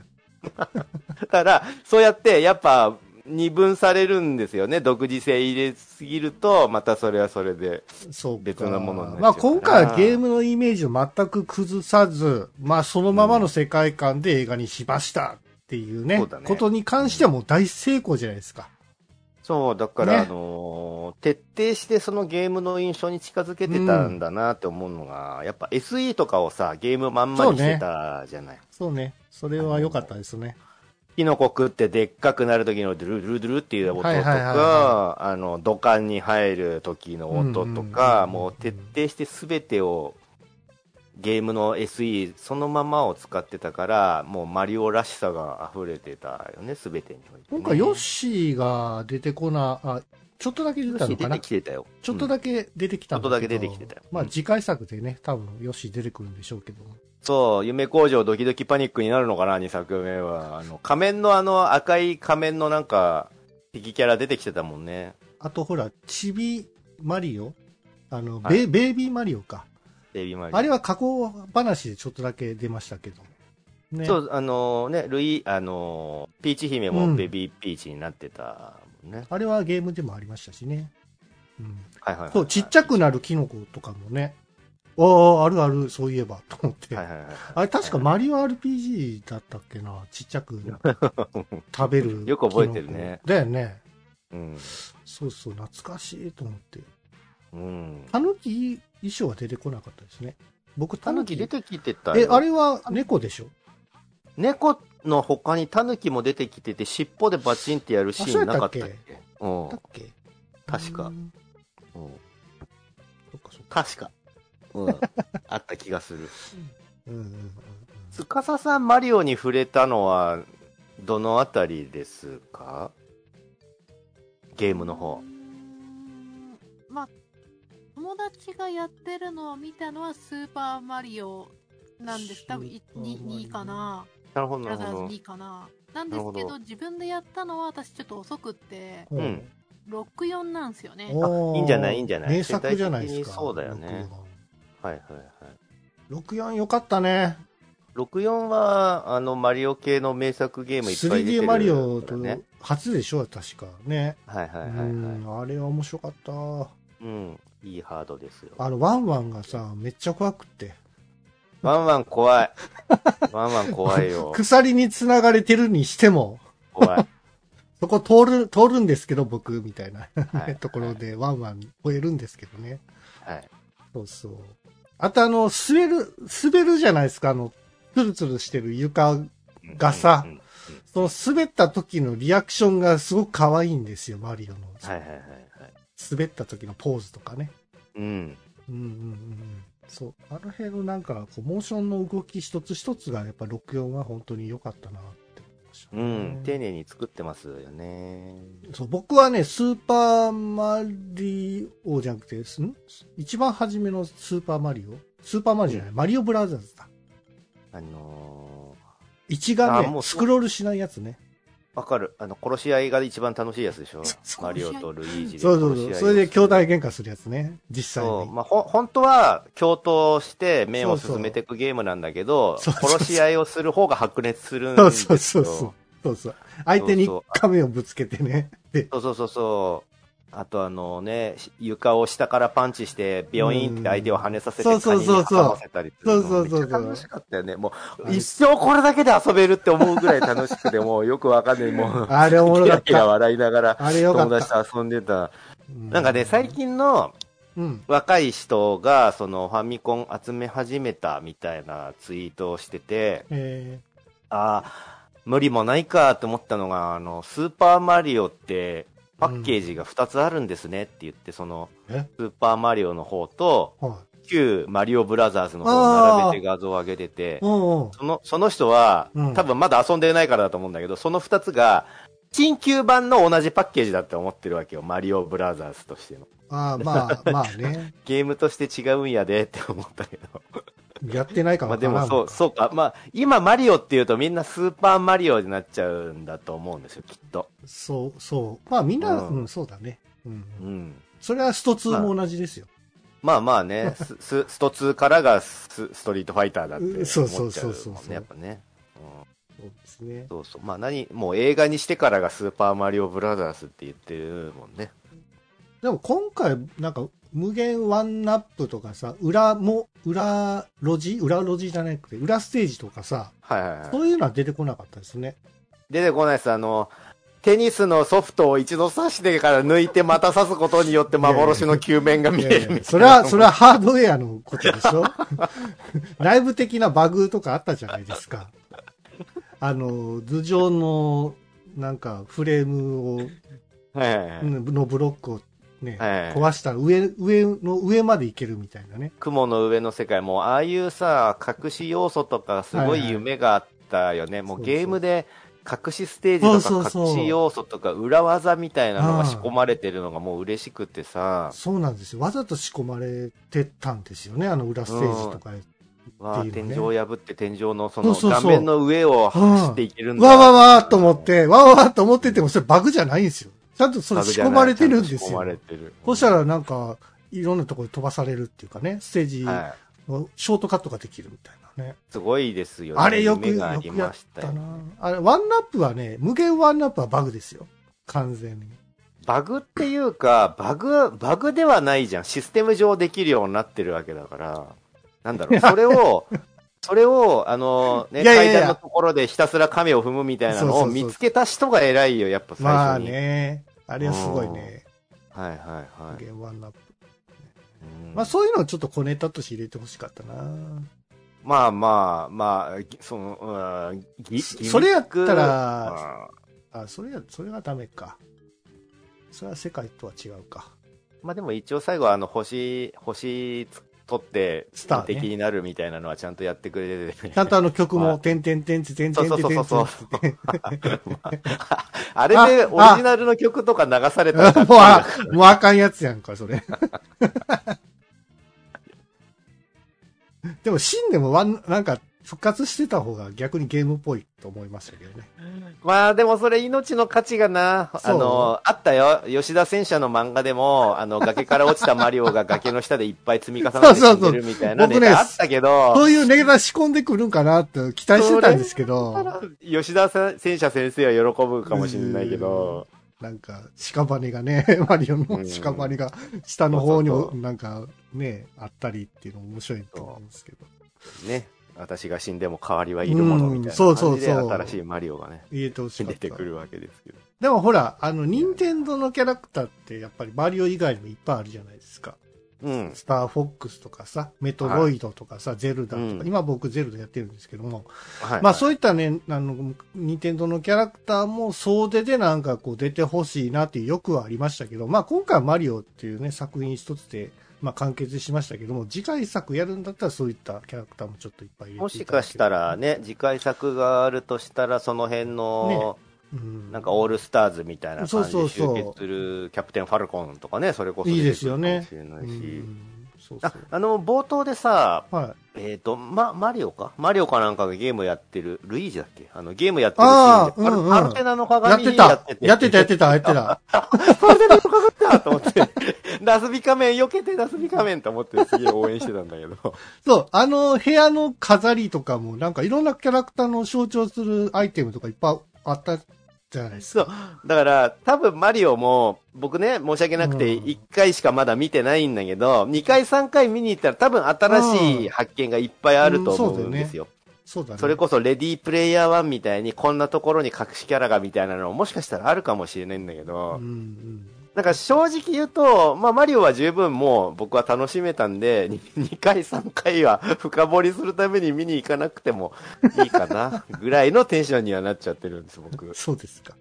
Speaker 2: だから、そうやって、やっぱ、二分されるんですよね。独自性入れすぎると、またそれはそれで。
Speaker 1: そうか。
Speaker 2: 別のものになっちゃうから
Speaker 1: まあ今回はゲームのイメージを全く崩さず、まあそのままの世界観で映画にしましたっていうね、
Speaker 2: そうだね
Speaker 1: ことに関してはもう大成功じゃないですか。
Speaker 2: そう、だから、
Speaker 1: ね
Speaker 2: あのー徹底してそのゲームの印象に近づけてたんだなって思うのが、やっぱ SE とかをさ、ゲームまんまにしてたじゃない。
Speaker 1: そうね。それは良かったですね。
Speaker 2: キノコ食ってでっかくなる時のドゥルドゥルドゥルっていう音と
Speaker 1: はいはいはい
Speaker 2: か、あの、土管に入る時の音
Speaker 1: う
Speaker 2: とか、
Speaker 1: んうんうんうん
Speaker 2: もう徹底して全てを、ゲームの SE そのままを使ってたから、もうマリオらしさが溢れてたよね、全てにおいて、ね。
Speaker 1: 今回ヨッシーが出てこな、あ、ちょっとだけ出
Speaker 2: ヨッ
Speaker 1: た
Speaker 2: シ
Speaker 1: の
Speaker 2: ー
Speaker 1: か
Speaker 2: 出
Speaker 1: な
Speaker 2: てきてたよ。
Speaker 1: ちょっと
Speaker 2: け、
Speaker 1: だけ出てきたん
Speaker 2: ちょっとだけ出てきてたよ
Speaker 1: まあ次回作でね、多分ヨッシー出てくるんでしょうけど。
Speaker 2: そう、夢工場ドキドキパニックになるのかな、2作目は。あの、仮面のあの赤い仮面のなんか、敵キャラ出てきてたもんね。
Speaker 1: あとほら、チビマリオあの、
Speaker 2: は
Speaker 1: ベ
Speaker 2: い
Speaker 1: ベイビーマリオか。
Speaker 2: デイビーマリオ
Speaker 1: あれは加工話でちょっとだけ出ましたけど。ね。
Speaker 2: そう、あのね、ルイ、あのーピーチ姫
Speaker 1: う
Speaker 2: も
Speaker 1: ん
Speaker 2: ベビーピーチになってたもんね。
Speaker 1: あれはゲームでもありましたしね。うん。
Speaker 2: はいはいはい。
Speaker 1: そう、ちっちゃくなるキノコとかもね。ああ、あるある、そういえば、と思って。
Speaker 2: はいはいはい。
Speaker 1: あれ確かマリオ RPG だったっけなちっちゃ く食べる。
Speaker 2: よく覚えてるね。
Speaker 1: だよね。
Speaker 2: うん。
Speaker 1: そうそう、懐かしいと思って。
Speaker 2: うん。
Speaker 1: タヌキ衣装は出てこなかったですね。僕、
Speaker 2: タ
Speaker 1: タ
Speaker 2: ヌ
Speaker 1: ヌ
Speaker 2: キ
Speaker 1: キ。
Speaker 2: 出てきてた
Speaker 1: え、
Speaker 2: よ
Speaker 1: あれは猫でしょ
Speaker 2: 猫の他にタヌキも出てきてて、尻尾でバチンってやるシ
Speaker 1: あそ
Speaker 2: ー
Speaker 1: う
Speaker 2: ンな
Speaker 1: やっ
Speaker 2: か
Speaker 1: た
Speaker 2: っ
Speaker 1: っけ
Speaker 2: たっけうん
Speaker 1: だっけ
Speaker 2: 確か
Speaker 1: うん
Speaker 2: うん。
Speaker 1: そっかそっか。
Speaker 2: 確か。うん。あった気がする。
Speaker 1: うんうんうんうん。
Speaker 2: つかささん、マリオに触れたのは、どのあたりですかゲームの方
Speaker 3: う。んまあ、友達がやってるのを見たのはスーパーマリオなんです。多分い
Speaker 1: スーパーマリオ
Speaker 3: に2かな。
Speaker 2: なるほど、
Speaker 3: ブ
Speaker 2: な
Speaker 3: ラ
Speaker 2: る
Speaker 3: ザー
Speaker 2: ほど
Speaker 3: ズ。2かな。なんです
Speaker 2: な
Speaker 3: け
Speaker 2: るほ
Speaker 3: ど、自分でやったのは私ちょっと遅くって、
Speaker 1: うん
Speaker 3: 64なんですよね。
Speaker 1: おー
Speaker 2: いいんじゃないいいんじゃない
Speaker 1: 名作じゃないですか。
Speaker 2: 世代的にそうだよねはいはいはい。
Speaker 1: 64。64よかったね。
Speaker 2: 64は、あの、マリオ系の名作ゲームいっぱい出て
Speaker 1: 3D
Speaker 2: る、
Speaker 1: マリオと
Speaker 2: ね。
Speaker 1: 初でしょ、確か。ね。
Speaker 2: はいは
Speaker 1: う
Speaker 2: いはい、はい。うん、
Speaker 1: ん、あれは面白かった。
Speaker 2: いいハードですよ。
Speaker 1: あの、ワンワンがさ、めっちゃ怖くって。
Speaker 2: ワンワン 怖い。ワンワン怖いよ。
Speaker 1: 鎖に繋がれてるにしても、
Speaker 2: 怖い。
Speaker 1: そこ通る、通るんですけど、僕、みたいな、
Speaker 2: はい。
Speaker 1: ところで、ワンワン超えるんですけどね。
Speaker 2: はい。
Speaker 1: そうそう。あとあの、滑る、滑るじゃないですか、あの、ツルツルしてる床がさ
Speaker 2: うんうん
Speaker 1: その滑った時のリアクションがすごく可愛いんですよ、マリオの。
Speaker 2: はいはいはいはい。
Speaker 1: 滑った時のポーズとかね。
Speaker 2: うん。
Speaker 1: うんうんうんうん。そう。あの辺のなんか、こう、モーションの動き一つ一つがやっぱ64は本当に良かったなって思いました
Speaker 2: う
Speaker 1: ね、
Speaker 2: ん。丁寧に作ってますよね。
Speaker 1: そう、僕はね、スーパーマリオじゃなくて、ん一番初めのスーパーマリオスーパーマリオじゃない、マリオブラザーズだ。
Speaker 2: あの
Speaker 1: 一
Speaker 2: あ
Speaker 1: 画
Speaker 2: もう
Speaker 1: 面、スクロールしないやつね。
Speaker 2: ー、わかる。あの、殺し合いが一番楽しいやつでしょ
Speaker 1: そ。う
Speaker 2: マリオとルイージで殺し合いをす
Speaker 1: そ
Speaker 2: る。
Speaker 1: うそうそう。それで兄弟喧嘩するやつね。実際に。
Speaker 2: そう、まあ、ほ、本当は、共闘して面を進めていくゲームなんだけど、
Speaker 1: そうそうそう
Speaker 2: 殺し合いをする方が白熱するん
Speaker 1: そう
Speaker 2: です
Speaker 1: そ
Speaker 2: よ。
Speaker 1: うそうそう。そうそう。相手に
Speaker 2: そうそう
Speaker 1: 亀をぶつけてね。で、
Speaker 2: そうそうそうそう。あとあのね、し床を下からパンチして、ビョインって相手を跳ねさせて、
Speaker 1: うんそうそうそうそう
Speaker 2: カニに挟ませたりっていの
Speaker 1: そうそうそうそう
Speaker 2: めっちゃ楽しかったよね。も
Speaker 1: あ
Speaker 2: う、
Speaker 1: れ
Speaker 2: 一生これだけで遊べるって思うぐらい楽しくて、もうよくわかんない、もう、
Speaker 1: あれおもろ
Speaker 2: キ
Speaker 1: か
Speaker 2: ラ
Speaker 1: っ
Speaker 2: キラ
Speaker 1: た。
Speaker 2: 笑いながら、
Speaker 1: あれよか
Speaker 2: 友
Speaker 1: っ
Speaker 2: 達
Speaker 1: た。
Speaker 2: と遊んでた。なんかね、最近の
Speaker 1: うん。
Speaker 2: 若い人が、そのファミコン集め始めたみたいなツイートをしてて、
Speaker 1: え
Speaker 2: ああ、無理もないかと思ったのが、あの、スーパーマリオって、パッケージが2つあるんですねって言って、その、
Speaker 1: え
Speaker 2: スーパーマリオの方と、
Speaker 1: ー、はい。
Speaker 2: 旧マリオブラザーズの方を並べて画像を上げてて、
Speaker 1: おうおう。
Speaker 2: その、その人は、
Speaker 1: うん
Speaker 2: 多分まだ遊んでないからだと思うんだけど、その2つが、緊急版の同じパッケージだって思ってるわけよ。マリオブラザーズとしての。
Speaker 1: ああ、 まあ、まあね。
Speaker 2: ゲームとして違うんやでって思ったけど。
Speaker 1: やってないか
Speaker 2: ま
Speaker 1: も
Speaker 2: あでもそう、そうか。まあ、今マリオっていうとみんなスーパーマリオになっちゃうんだと思うんですよ、きっと。
Speaker 1: そう、そう。まあみんな、
Speaker 2: う
Speaker 1: うんん、そうだね。うん。
Speaker 2: うん。
Speaker 1: それはスト2も同じですよ。
Speaker 2: まあま あね、スススト2からがスストリートファイターだって思っちゃうもんね。
Speaker 1: そうそうそうそうそう
Speaker 2: やっぱね。うん
Speaker 1: そうですね。
Speaker 2: そうそう。まあ何、もう映画にしてからがスーパーマリオブラザーズって言ってるもんね。
Speaker 1: でも今回、なんか、無限ワンナップとかさ、裏も、裏路地裏路地じゃなくて、裏ステージとかさ、
Speaker 2: はいはいはい。
Speaker 1: そういうのは出てこなかったですね。
Speaker 2: 出てこないです。あの、テニスのソフトを一度刺してから抜いてまた刺すことによって幻の球面が見えるみたいな。
Speaker 1: ええそれは、それはハードウェアのことでし ょ内部的なバグとかあったじゃないですか。あの、頭上の、なんか、フレームを、
Speaker 2: はいはいはい。
Speaker 1: のブロックをね、
Speaker 2: はい
Speaker 1: 壊したら上、上の上まで行けるみたいなね。
Speaker 2: 雲の上の世界、もうああいうさ、隠し要素とかすご
Speaker 1: はいはい
Speaker 2: い夢があったよね。もう
Speaker 1: そうそう
Speaker 2: ゲームで隠しステージ
Speaker 1: そう
Speaker 2: と
Speaker 1: そ
Speaker 2: か
Speaker 1: うそう
Speaker 2: 隠し要素とか裏技みたいなの
Speaker 1: ああ
Speaker 2: が仕込まれてるのがもう嬉しくてさ、
Speaker 1: そうなんですよ。わざと仕込まれてたんですよね、あの裏ステージとか。
Speaker 2: わあ、
Speaker 1: っていう
Speaker 2: 天
Speaker 1: ね
Speaker 2: 井を破って天井のそ
Speaker 1: そ
Speaker 2: の
Speaker 1: うそう
Speaker 2: 画
Speaker 1: そう
Speaker 2: 面の上を走っていけるんだ。
Speaker 1: わわわーと思っ。て、わわわーと思ってても、それバグじゃないんですよ。ちゃんとそれ仕込まれてるんで
Speaker 2: 仕
Speaker 1: す
Speaker 2: 込
Speaker 1: よ
Speaker 2: ま。れてる。
Speaker 1: そしたらなんか、いろんなところに飛ばされるっていうかね、ステージ
Speaker 2: はい。
Speaker 1: のショートカットができるみたいなね。
Speaker 2: すごいですよね。
Speaker 1: あれよく、
Speaker 2: 夢
Speaker 1: よ
Speaker 2: があ
Speaker 1: く
Speaker 2: り
Speaker 1: や
Speaker 2: ま
Speaker 1: っ
Speaker 2: した
Speaker 1: た
Speaker 2: よね
Speaker 1: な。あれ、ワンナップはね、無限ワンナップはバグですよ。完全に。
Speaker 2: バグっていうか、バグ、バグではないじゃん。システム上できるようになってるわけだから。なん だろう、それを、それを、あの、ね、
Speaker 1: いやいやいや
Speaker 2: 階段のところでひたすら亀を踏むみたいな
Speaker 1: そ
Speaker 2: の
Speaker 1: う
Speaker 2: を
Speaker 1: そうそう
Speaker 2: 見つけた人が偉いよ、やっぱ最
Speaker 1: まあ
Speaker 2: 初に。
Speaker 1: ね、あれはすごいね、
Speaker 2: はいはいは
Speaker 1: 無
Speaker 2: い。
Speaker 1: 限ワンナップ。
Speaker 2: うん
Speaker 1: まあそういうのをちょっと小ネタとして入れてほしかったな。
Speaker 2: まあまあ、まあ、ぎその、うんぎ
Speaker 1: それやったら、
Speaker 2: まあ
Speaker 1: あ、それは、それはダメか。それは世界とは違うか。
Speaker 2: まあでも一応最後はあの、星、星取って、
Speaker 1: スターね
Speaker 2: 敵になるみたいなのはちゃんとやってくれてて、
Speaker 1: ちゃんとあの曲
Speaker 2: ま
Speaker 1: も、
Speaker 2: あ
Speaker 1: てんてんてんつ、てんて
Speaker 2: そ
Speaker 1: ん
Speaker 2: うそ
Speaker 1: て
Speaker 2: うん
Speaker 1: て
Speaker 2: そうん
Speaker 1: つ
Speaker 2: そ
Speaker 1: っ
Speaker 2: う
Speaker 1: つ。
Speaker 2: あれでオリジナルの曲とか流されたらかっこ
Speaker 1: も
Speaker 2: いい
Speaker 1: う
Speaker 2: な
Speaker 1: あ、もうあかんやつやんか、それ。 でも、シンでもワン、なんか、復活してた方が逆にゲームっぽいと思いましたけどね。
Speaker 2: まあでもそれ命の価値がな、あ
Speaker 1: そう
Speaker 2: の、あったよ。吉田戦車の漫画でも、あの、崖から落ちたマリオが崖の下でいっぱい積み重なって死んでるみたいな
Speaker 1: そうそうそう僕
Speaker 2: ネ
Speaker 1: ね
Speaker 2: タあったけど、
Speaker 1: そういうネタ仕込んでくるんかなって期待してたんですけど、
Speaker 2: 吉田戦車先生は喜ぶかもしれないけど、
Speaker 1: なんか、屍がね、 マリオの屍が下の方に
Speaker 2: そうそう
Speaker 1: も、
Speaker 2: そ
Speaker 1: なんか、ね、あったりっていうのも面白いと思うんですけど。
Speaker 2: ね。私が死んでも代わりはいるものみたいな
Speaker 1: うん
Speaker 2: 感
Speaker 1: そうそう
Speaker 2: じで
Speaker 1: そう
Speaker 2: 新しいマリオがね、
Speaker 1: 言えてほしか
Speaker 2: 出
Speaker 1: ってた
Speaker 2: く。るわけですけど。
Speaker 1: でもほら、あの、任天堂のキャラクターって、やっぱりマリオ以外にもいっぱいあるじゃないですか。
Speaker 2: うん。
Speaker 1: スターフォックスとかさ、メトロイドとかさ、ゼルダとか、
Speaker 2: うん
Speaker 1: 今僕ゼルダやってるんですけども、
Speaker 2: はい。
Speaker 1: まあそういったね、あの、任天堂のキャラクターも総出でなんかこう出てほしいなっていう欲はありましたけど、まあ今回はマリオっていうね、作品一つで、まあ完結しましたけども、次回作やるんだったらそういったキャラクターもちょっといっぱい入れて
Speaker 2: もしかしたらね、次回作があるとしたら、その辺の、
Speaker 1: うん、
Speaker 2: なんかオールスターズみたいな感じ
Speaker 1: そう
Speaker 2: で
Speaker 1: そ
Speaker 2: 集
Speaker 1: うそう
Speaker 2: 結するキャプテン・ファルコンとかね、それこそ
Speaker 1: いいですよね
Speaker 2: 出てくるか
Speaker 1: う
Speaker 2: もしれないし。
Speaker 1: ん、そうそ
Speaker 2: あ
Speaker 1: う。
Speaker 2: あの、冒頭でさ、
Speaker 1: はい。
Speaker 2: えっ、と、ま、マリオかマリオかなんかがゲームやってる、ルイージだっけあの、ゲームやってるシーンで
Speaker 1: あー
Speaker 2: パル
Speaker 1: うんうん
Speaker 2: パルテナの
Speaker 1: やっ
Speaker 2: 鏡
Speaker 1: てたやってたやっててたやってた。
Speaker 2: パルテナの鏡だ と思って、ダスビカメン避けて、ダスビカメンと思ってすげえ応援してたんだけど。
Speaker 1: そう、あの部屋の飾りとかも、なんかいろんなキャラクターの象徴するアイテムとかいっぱいあったじゃないですか。
Speaker 2: そう。だから、多分マリオも、僕ね、申し訳なくて、
Speaker 1: うん
Speaker 2: 1回しかまだ見てないんだけど、2回3回見に行ったら多分新しい発見がいっぱいあると思うんですよ。
Speaker 1: そうだね。
Speaker 2: それこそレディープレイヤー1みたいに、こんなところに隠しキャラがみたいなのももしかしたらあるかもしれないんだけど、
Speaker 1: うんうん。
Speaker 2: なんか正直言うと、まあマリオは十分もう僕は楽しめたんで、2回3回は深掘りするために見に行かなくてもいいかな、ぐらいのテンションにはなっちゃってるんです、僕。
Speaker 1: そうですか。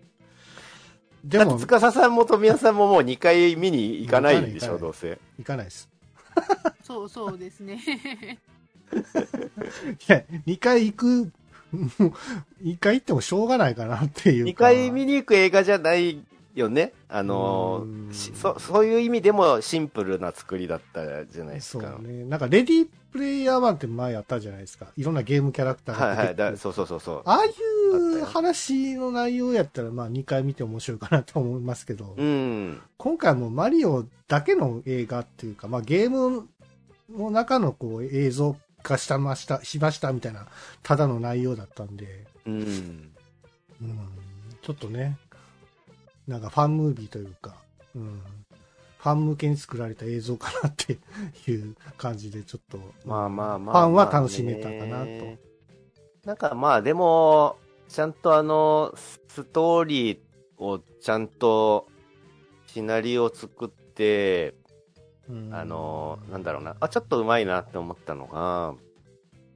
Speaker 1: で
Speaker 2: だって
Speaker 1: も、
Speaker 2: 司さんも富谷さんももう2回見に行かないんで
Speaker 1: 行か
Speaker 2: しょ、
Speaker 1: ない
Speaker 2: どうせ。
Speaker 1: 行かないです。
Speaker 3: そうそうですね。
Speaker 1: いや、2回行く、もう一回行ってもしょうがないかなっていう
Speaker 2: 2
Speaker 1: か。
Speaker 2: 回見に行く映画じゃないよね。あの
Speaker 1: う、ん
Speaker 2: しそそういう意味でもシンプルな作りだったじゃないです
Speaker 1: そう
Speaker 2: か。
Speaker 1: ね。なんか、レディープレイヤー1って前やったじゃないですか。いろんなゲームキャラクターが出
Speaker 2: はい
Speaker 1: て
Speaker 2: は
Speaker 1: く
Speaker 2: い
Speaker 1: る
Speaker 2: だ。そうそうそうそう。
Speaker 1: ああい
Speaker 2: あった
Speaker 1: う
Speaker 2: よ
Speaker 1: 話の内容やったら、まあ2回見て面白いかなと思いますけど、
Speaker 2: うん。
Speaker 1: 今回はもうマリオだけの映画っていうか、まあゲームの中のこう映像化したました、しましたみたいな、ただの内容だったんで、
Speaker 2: うん。
Speaker 1: うん、ちょっとね、なんかファンムービーというか、うん、ファン向けに作られた映像かなって いう感じで、ちょっと、
Speaker 2: まあまあまあ。
Speaker 1: ファンは楽しめたかなと。
Speaker 2: ね。なんかまあでも、ちゃんとあの、ストーリーをちゃんとシナリオを作って、
Speaker 1: うん
Speaker 2: あのーなんだろうな、あ、ちょっとうまいなって思ったのが、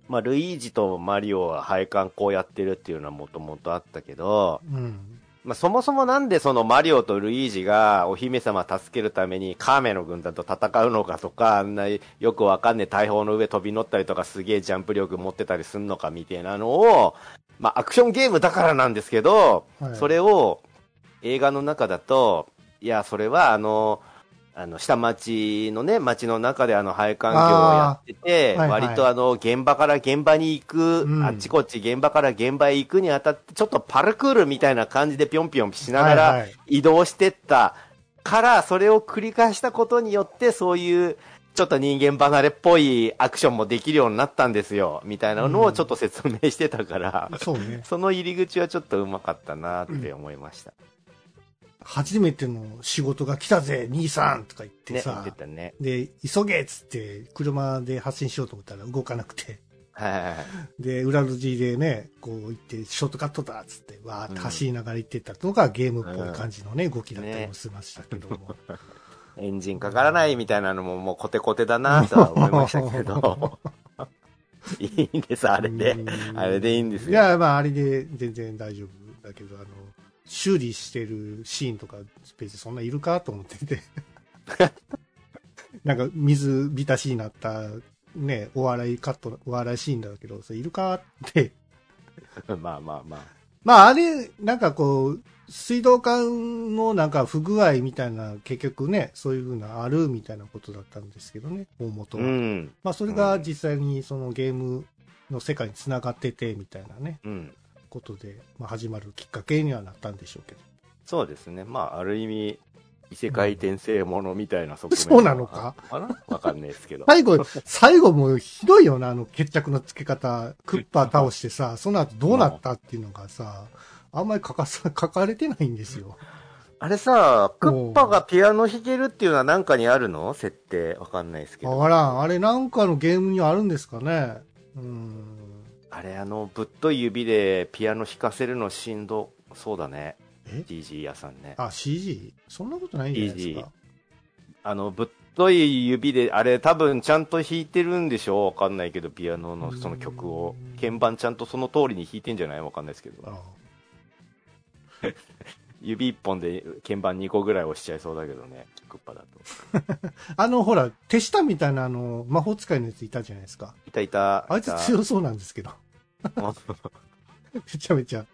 Speaker 2: まあ、ルイージとマリオは配管こうやってるっていうのはもともとあったけど、
Speaker 1: うん。
Speaker 2: まあ、そもそもなんでそのマリオとルイージがお姫様助けるためにカーメの軍団と戦うのかとか、あんなよくわかんねえ大砲の上飛び乗ったりとかすげえジャンプ力持ってたりすんのかみたいなのを、まあ、アクションゲームだからなんですけど、
Speaker 1: はい
Speaker 2: それを映画の中だと、いや、それはあの、あの、下町のね、町の中であの、配管業をやってて、
Speaker 1: あーはいはい
Speaker 2: 割とあの、現場から現場に行く、
Speaker 1: うん
Speaker 2: あっちこっち現場から現場へ行くにあたって、ちょっとパルクールみたいな感じでぴょんぴょんしなが
Speaker 1: はい
Speaker 2: ら
Speaker 1: はい
Speaker 2: 移動してったから、それを繰り返したことによって、そういう、ちょっと人間離れっぽいアクションもできるようになったんですよ、みたいなのをちょっと説明してたから、
Speaker 1: そうね。
Speaker 2: その入り口はちょっとうまかったなって思いました。
Speaker 1: 初めての仕事が来たぜ、兄さんとか言って
Speaker 2: ね、言
Speaker 1: さ、
Speaker 2: ってたね。
Speaker 1: で、急げっつって、車で発進しようと思ったら動かなくて、
Speaker 2: はいはいはい。
Speaker 1: で、裏路地でね、こう行って、ショートカットだっつって、わーって走りながら行ってったのがゲームっぽい感じのね、動きだったりもしましたけども。
Speaker 2: エンジンかからないみたいなのももうコテコテだなとは思いましたけど。いいんです、 あれで
Speaker 1: う。ん
Speaker 2: あれでいいんですよ
Speaker 1: いや、まあ、あれで全然大丈夫だけど、あの、修理してるシーンとか、別にそんないるかと思って て。なんか、水浸しになった、ね、お笑いカット、お笑いシーンだけど、それいるかって。
Speaker 2: まあまあまあ。
Speaker 1: まあ、あれ、なんかこう、水道管のなんか不具合みたいな、結局ね、そういうふうなあるみたいなことだったんですけどね、大元
Speaker 2: う
Speaker 1: は。
Speaker 2: ん。
Speaker 1: まあ、それが実際にそのゲームの世界に繋がってて、みたいなね。
Speaker 2: うん。
Speaker 1: ことで、まあ、始まるきっかけにはなったんでしょうけど。
Speaker 2: そうですね。まあ、ある意味、異世界転生ものみたいな側面
Speaker 1: そうなのか
Speaker 2: あらわかんないですけど。
Speaker 1: 最後、最後もうひどいよな、あの決着のつけ方。クッパ倒してさ、その後どうなったっていうのがさ、あんまり書かさ、 書かれてないんですよ。
Speaker 2: あれさ、クッパがピアノ弾けるっていうのは何かにあるの設定。わかんないですけ
Speaker 1: わ
Speaker 2: ど。
Speaker 1: からん。あれなんかのゲームにあるんですかね。うーん。
Speaker 2: あれ、あの、ぶっとい指でピアノ弾かせるのしんどそうだね。
Speaker 1: え
Speaker 2: GG 屋さんね。
Speaker 1: あ、CG? そんなことないんじゃないですか。
Speaker 2: あの、ぶっとい指で、あれ多分ちゃんと弾いてるんでしょわかんないけど、ピアノのその曲を
Speaker 1: うん。
Speaker 2: 鍵盤ちゃんとその通りに弾いてんじゃないわかんないですけど。
Speaker 1: あ
Speaker 2: 指一本で鍵盤2個ぐらい押しちゃいそうだけどね。クッパだと。
Speaker 1: あの、ほら、手下みたいなあの、魔法使いのやついたじゃないですか。
Speaker 2: いたいた。
Speaker 1: あいつ
Speaker 2: た
Speaker 1: 強そうなんですけど。 めちゃめちゃ。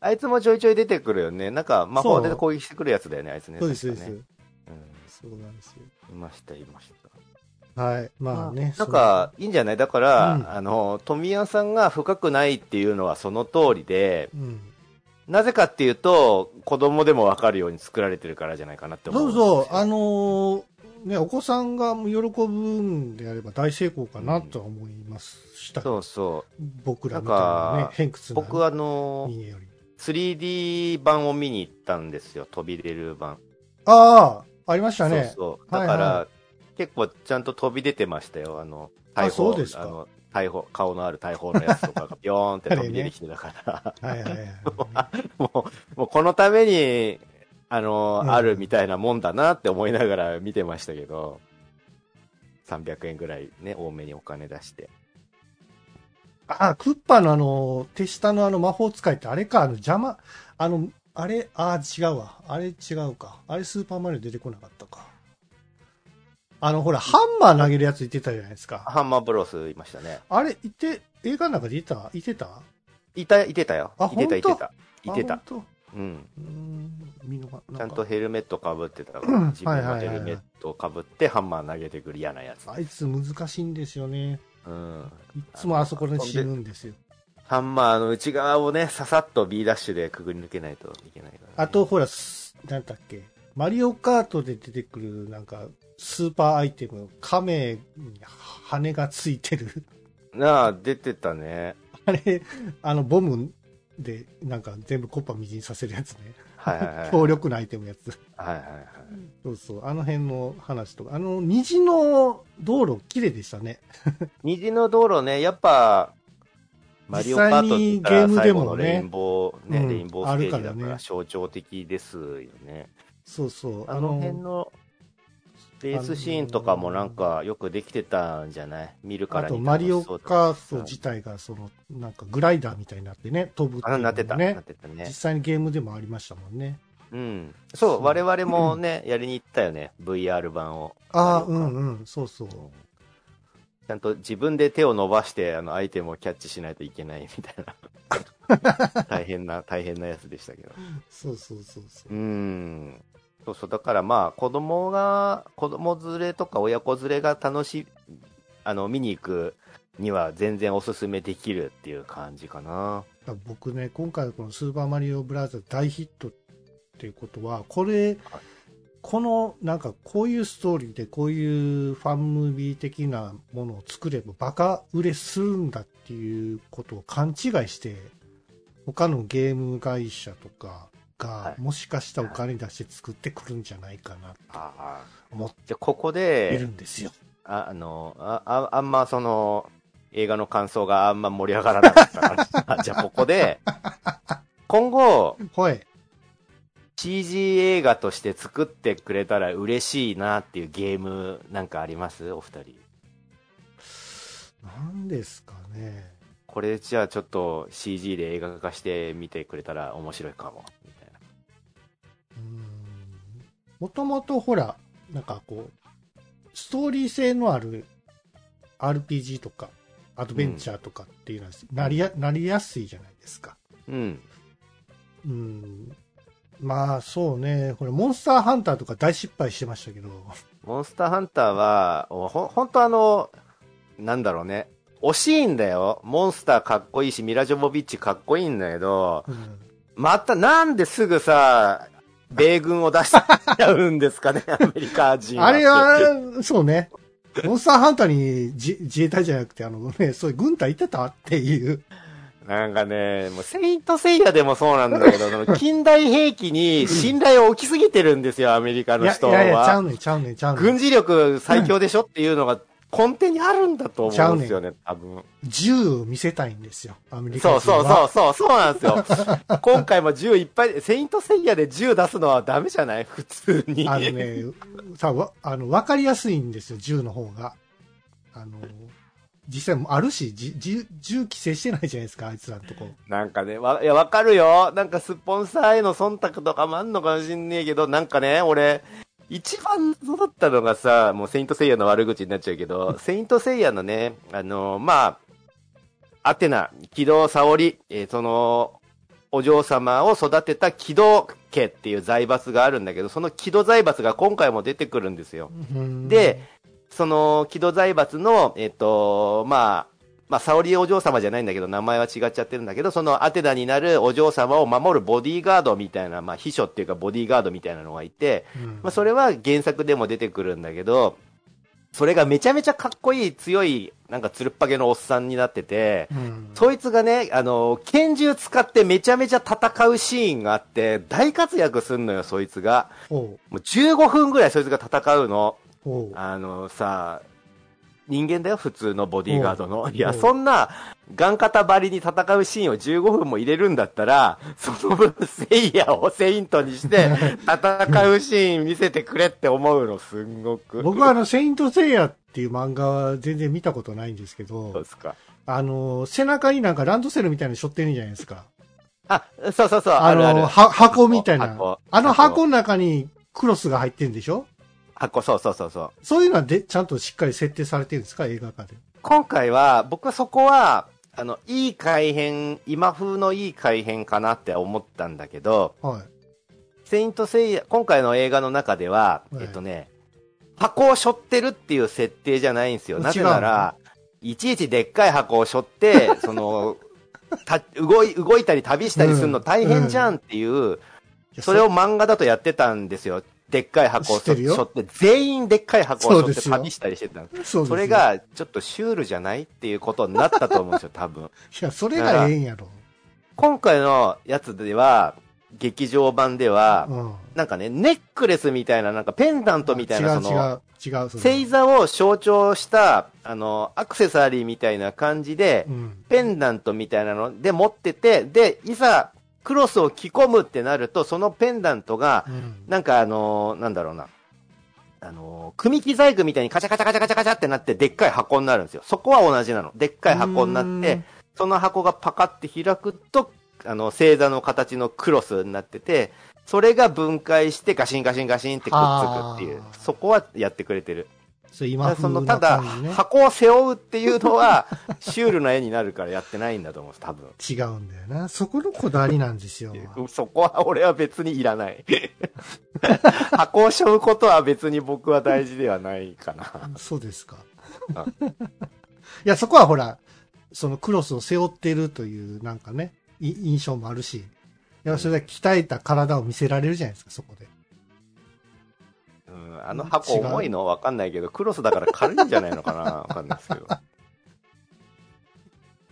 Speaker 2: あいつもちょいちょい出てくるよね。なんか魔法で攻撃してくるやつだよね、あいつね。
Speaker 1: そうです、そう
Speaker 2: 確
Speaker 1: で
Speaker 2: か
Speaker 1: す
Speaker 2: ね。。
Speaker 1: そうなんですよ。
Speaker 2: うん。いました、いました。
Speaker 1: はい。まあね。
Speaker 2: なんか、いいんじゃないだから、
Speaker 1: うん
Speaker 2: あの、富谷さんが深くないっていうのはその通りで、
Speaker 1: そう、うん。
Speaker 2: なぜかっていうと、子供でもわかるように作られてるからじゃないかなって思
Speaker 1: そ
Speaker 2: うん
Speaker 1: う
Speaker 2: です
Speaker 1: そ
Speaker 2: よ。
Speaker 1: う、あのーね、お子さんが喜ぶんであれば大成功かなとは思いました。
Speaker 2: そうそ
Speaker 1: 僕らみたい
Speaker 2: な
Speaker 1: なんね
Speaker 2: か、
Speaker 1: 偏屈
Speaker 2: う。
Speaker 1: な
Speaker 2: 僕あの、
Speaker 1: 人間より。
Speaker 2: 3D 版を見に行ったんですよ、飛び出る版。
Speaker 1: ああ、ありましたね。
Speaker 2: そうそう。だから、
Speaker 1: はい
Speaker 2: 結構ちゃんと飛び出てましたよ。あの、
Speaker 1: あ
Speaker 2: 大砲。
Speaker 1: そうですか
Speaker 2: の、大砲、顔のある大砲のやつとかがビヨーンって飛び出てきてたから、
Speaker 1: はいはいはい。
Speaker 2: もう、もうこのために、あの、
Speaker 1: うん
Speaker 2: あるみたいなもんだなって思いながら見てましたけど、300円ぐらいね、多めにお金出して。
Speaker 1: あ、クッパのあの、手下のあの魔法使いってあれか、あの邪魔、あの、あれ、あー違うわ。あれ違うか。あれスーパーマリオ出てこなかったか。あの、ほら、ハンマー投げるやついてたじゃないですか。
Speaker 2: ハンマーブロスいましたね。
Speaker 1: あれ、いて、映画の中でいたいてた
Speaker 2: いた、いてたよ。
Speaker 1: あ
Speaker 2: いてた、
Speaker 1: 本
Speaker 2: い
Speaker 1: 当
Speaker 2: てた。いて
Speaker 1: あ
Speaker 2: た。
Speaker 1: 本
Speaker 2: うん。
Speaker 1: 当うーん、見逃
Speaker 2: ちゃ
Speaker 1: なん
Speaker 2: ん
Speaker 1: か
Speaker 2: とヘルメットかぶってたか
Speaker 1: う
Speaker 2: ら、
Speaker 1: ん
Speaker 2: 自分
Speaker 1: はい
Speaker 2: の
Speaker 1: はい
Speaker 2: ヘ
Speaker 1: はいはい
Speaker 2: ルメットかぶってハンマー投げてくる嫌なやつ。
Speaker 1: あいつ難しいんですよね。
Speaker 2: うん。
Speaker 1: いつもあそこで死ぬんですよ。
Speaker 2: ハンマーの内側をね、ささっと B ダッシュでくぐり抜けないといけないからね、
Speaker 1: あと、ほら、すなんだっけ、マリオカートで出てくる、なんか、スーパーアイテム、亀に羽がついてる。
Speaker 2: なあ、出てたね。
Speaker 1: あれ、あの、ボムで、なんか全部コッパみじんさせるやつね。
Speaker 2: はいはい はい。
Speaker 1: 強力なアイテムやつ。
Speaker 2: はいはいはい。
Speaker 1: そうそう、あの辺の話とか。あの、虹の道路、綺麗でしたね。
Speaker 2: 虹の道路ね、やっぱ、マリオカートって言った
Speaker 1: 実際
Speaker 2: ら
Speaker 1: にゲームで
Speaker 2: 最
Speaker 1: もね
Speaker 2: 後のレインボー、ね、
Speaker 1: うん
Speaker 2: レインボーステージ
Speaker 1: あ
Speaker 2: だ
Speaker 1: るか
Speaker 2: から
Speaker 1: ね
Speaker 2: ら象徴的ですよね。
Speaker 1: そうそう。
Speaker 2: あの辺のレースシーンとかもなんかよくできてたんじゃない見るか
Speaker 1: あ
Speaker 2: ら
Speaker 1: と、
Speaker 2: に
Speaker 1: マ
Speaker 2: 楽
Speaker 1: リオ
Speaker 2: しそうだ
Speaker 1: カート自体が、その、なんかグライダーみたいになってね、飛ぶっていう
Speaker 2: あ、
Speaker 1: のも
Speaker 2: なってた、なっ
Speaker 1: ね。
Speaker 2: てた
Speaker 1: 実
Speaker 2: ね。
Speaker 1: 際にゲームでもありましたもんね。
Speaker 2: うん。そ
Speaker 1: そう
Speaker 2: う、我々もね、やりに行ったよね。VR 版を。
Speaker 1: ああ、う
Speaker 2: マリオ
Speaker 1: ん
Speaker 2: カート
Speaker 1: うん、そうそう。
Speaker 2: ちゃんと自分で手を伸ばして、あの、アイテムをキャッチしないといけないみた いな。大変な、大変なやつでしたけど。
Speaker 1: そうそうそうそう
Speaker 2: う。ん。そうそう。だからまあ、子供が、子供連れとか親子連れが楽しい、あの、見に行くには全然おすすめできるっていう感じかな。
Speaker 1: だから僕ね、今回のこのスーパーマリオブラザーズ大ヒットっていうことは、これ、この、なんかこういうストーリーでこういうファンムービー的なものを作ればバカ売れするんだっていうことを勘違いして、他のゲーム会社とか
Speaker 2: は
Speaker 1: が、
Speaker 2: い
Speaker 1: もしかしたらお金出して作ってくるんじゃないかな
Speaker 2: ああ。
Speaker 1: と思っ
Speaker 2: じゃあ、ここ
Speaker 1: て
Speaker 2: で
Speaker 1: る、んですよ。
Speaker 2: ああのああ、あんまその、映画の感想があんま盛り上がらなかった から、じゃあここで、今後、
Speaker 1: ほい。
Speaker 2: CG 映画として作ってくれたら嬉しいなっていうゲームなんかありますお二人。
Speaker 1: なんですかね。
Speaker 2: これじゃあちょっと CG で映画化してみてくれたら面白いかも。みたいな。
Speaker 1: もともとほら、なんかこう、ストーリー性のある RPG とか、アドベンチャーとかっていうのは、なりや、なりやすいじゃないですか。
Speaker 2: うん。
Speaker 1: うん。まあ、そうね。これ、モンスターハンターとか大失敗してましたけど、
Speaker 2: モンスターハンターは、おほほんとあの、なんだろうね。惜しいんだよ。モンスターかっこいいし、ミラジョボビッチかっこいいんだけど、
Speaker 1: うん
Speaker 2: またなんですぐさ、米軍を出しちゃうんで すかね、アメリカ人は。
Speaker 1: あれは、そうね。モンスターハンターに自自衛隊じゃなくて、あのね、そういう軍隊行ってたっていう。
Speaker 2: なんかね、もう、セイントセイヤでもそうなんだけど、その近代兵器に信頼を置きすぎてるんですよ、アメリカ
Speaker 1: い
Speaker 2: の
Speaker 1: や、
Speaker 2: 人
Speaker 1: い
Speaker 2: は。
Speaker 1: やいや、ちゃうねん、ちゃうねん、ちゃうね
Speaker 2: 軍
Speaker 1: ん。
Speaker 2: 事力最強でしょっていうのが根底にあるんだと思うんですよね、多分。
Speaker 1: 銃を見せたいんですよ、アメリカ人
Speaker 2: そう
Speaker 1: は。
Speaker 2: そうそうそう、そうなんですよ。 今回も銃いっぱい、セイントセイヤで銃出すのはダメじゃない普通に。
Speaker 1: あのね、さわあの、わかりやすいんですよ、銃の方が。あの、実際もあるし、じじ銃規制してないじゃないですか、あいつらのとこ。
Speaker 2: なんかね、わ、いや、わかるよ。なんかスポンサーへの忖度とかもあんのかもしんねえけど、なんかね、俺、一番謎だったのがさ、もうセイントセイヤの悪口になっちゃうけど、セイントセイヤのね、あのまあ、アテナ、軌道沙織、えーその、お嬢様を育てた軌道家っていう財閥があるんだけど、その軌道財閥が今回も出てくるんですよ。で、その、木戸財閥の、えっと、まあ、まあ、沙織お嬢様じゃないんだけど、名前は違っちゃってるんだけど、そのアテナになるお嬢様を守るボディーガードみたいな、まあ、秘書っていうかボディーガードみたいなのがいて、
Speaker 1: うん、
Speaker 2: まあ、それは原作でも出てくるんだけど、それがめちゃめちゃかっこいい強いなんかつるっぱげのおっさんになってて、
Speaker 1: うん
Speaker 2: そいつがね、あの、拳銃使ってめちゃめちゃ戦うシーンがあって、大活躍すんのよ、そいつが。
Speaker 1: おう
Speaker 2: もう15分ぐらいそいつが戦うの。
Speaker 1: おう
Speaker 2: あのさ、人間だよ、普通のボディーガードの。いや、
Speaker 1: うん
Speaker 2: そんな、ガン肩張りに戦うシーンを15分も入れるんだったら、その分、セイヤをセイント にして、戦うシーン見せてくれって思うの、すんごく。
Speaker 1: 僕はあの、セイントセイヤっていう漫画は全然見たことないんですけ
Speaker 2: そう
Speaker 1: ど、
Speaker 2: ですか。
Speaker 1: あの、背中になんかランドセルみたいなの背負ってるじゃないですか。
Speaker 2: あ、そうそうそう、あ
Speaker 1: あ
Speaker 2: るある
Speaker 1: の、。は箱みたいな
Speaker 2: 箱。
Speaker 1: あの箱の中にクロスが入ってるんでしょ
Speaker 2: 箱、そうそうそうそう。
Speaker 1: そういうのはで、ちゃんとしっかり設定されてるんですか映画化で。
Speaker 2: 今回は、僕はそこは、あの、いい改編、今風のいい改編かなって思ったんだけど、
Speaker 1: は
Speaker 2: セイントセイヤ、今回の映画の中では、
Speaker 1: はい
Speaker 2: えっとね、箱を背負ってるっていう設定じゃないんですよ。
Speaker 1: 違う
Speaker 2: なぜなら、いちいちでっかい箱を背 負って、その、た動い、動いたり旅したりするの大変じゃんっていう、
Speaker 1: い。
Speaker 2: それを漫画だとやってたんですよ。でっかい箱を背
Speaker 1: 知って
Speaker 2: 負
Speaker 1: る
Speaker 2: 背
Speaker 1: よ
Speaker 2: 負って、全員でっかい箱を背負っ
Speaker 1: そうで
Speaker 2: て
Speaker 1: すよ
Speaker 2: 旅したりしてたんです
Speaker 1: そそうですよ
Speaker 2: それ、が、ちょっとシュールじゃないっていうことになったと思うんですよ、多分。
Speaker 1: いや、それがええんやろ。
Speaker 2: 今回のやつでは、劇場版では
Speaker 1: う、ん。
Speaker 2: なんかね、ネックレスみたいな、なんかペンダントみたいな、
Speaker 1: 違
Speaker 2: そうの、
Speaker 1: 違う、違う。その
Speaker 2: 星座を象徴した、あの、アクセサリーみたいな感じで
Speaker 1: う、ん。
Speaker 2: ペンダントみたいなので持ってて、で、いざ、クロスを着込むってなると、そのペンダントが、
Speaker 1: うん。
Speaker 2: なんかあのーなんだろうな。あのー組木細工みたいにカチャカチャカチャカチャカチャってなって、でっかい箱になるんですよ。そこは同じなの。でっかい箱にな
Speaker 1: う
Speaker 2: っ
Speaker 1: ー
Speaker 2: て
Speaker 1: ん、
Speaker 2: その箱がパカって開くと、あの、星座の形のクロスになってて、それが分解してガシンガシンガシンってくっつくっていう
Speaker 1: はあ。
Speaker 2: そこはやってくれてる。
Speaker 1: そう今
Speaker 2: そ
Speaker 1: 風
Speaker 2: の、
Speaker 1: の
Speaker 2: ただ、
Speaker 1: 感じね。
Speaker 2: 箱を背負うっていうのは、シュールな絵になるからやってないんだと思うんです、多分。
Speaker 1: 違うんだよな。そこのこだわりなんですよ。
Speaker 2: そこは俺は別にいらない。 箱を背負うことは別に僕は大事ではないかな。
Speaker 1: そうですか
Speaker 2: あ。
Speaker 1: いや、そこはほら、そのクロスを背負ってるという、なんかね、い印象もあるし、やっぱそれで鍛えた体を見せられるじゃないですか、そこで。
Speaker 2: うん、あの箱重いのわかんないけど、クロスだから軽いんじゃないのかなわかんないですけど。だ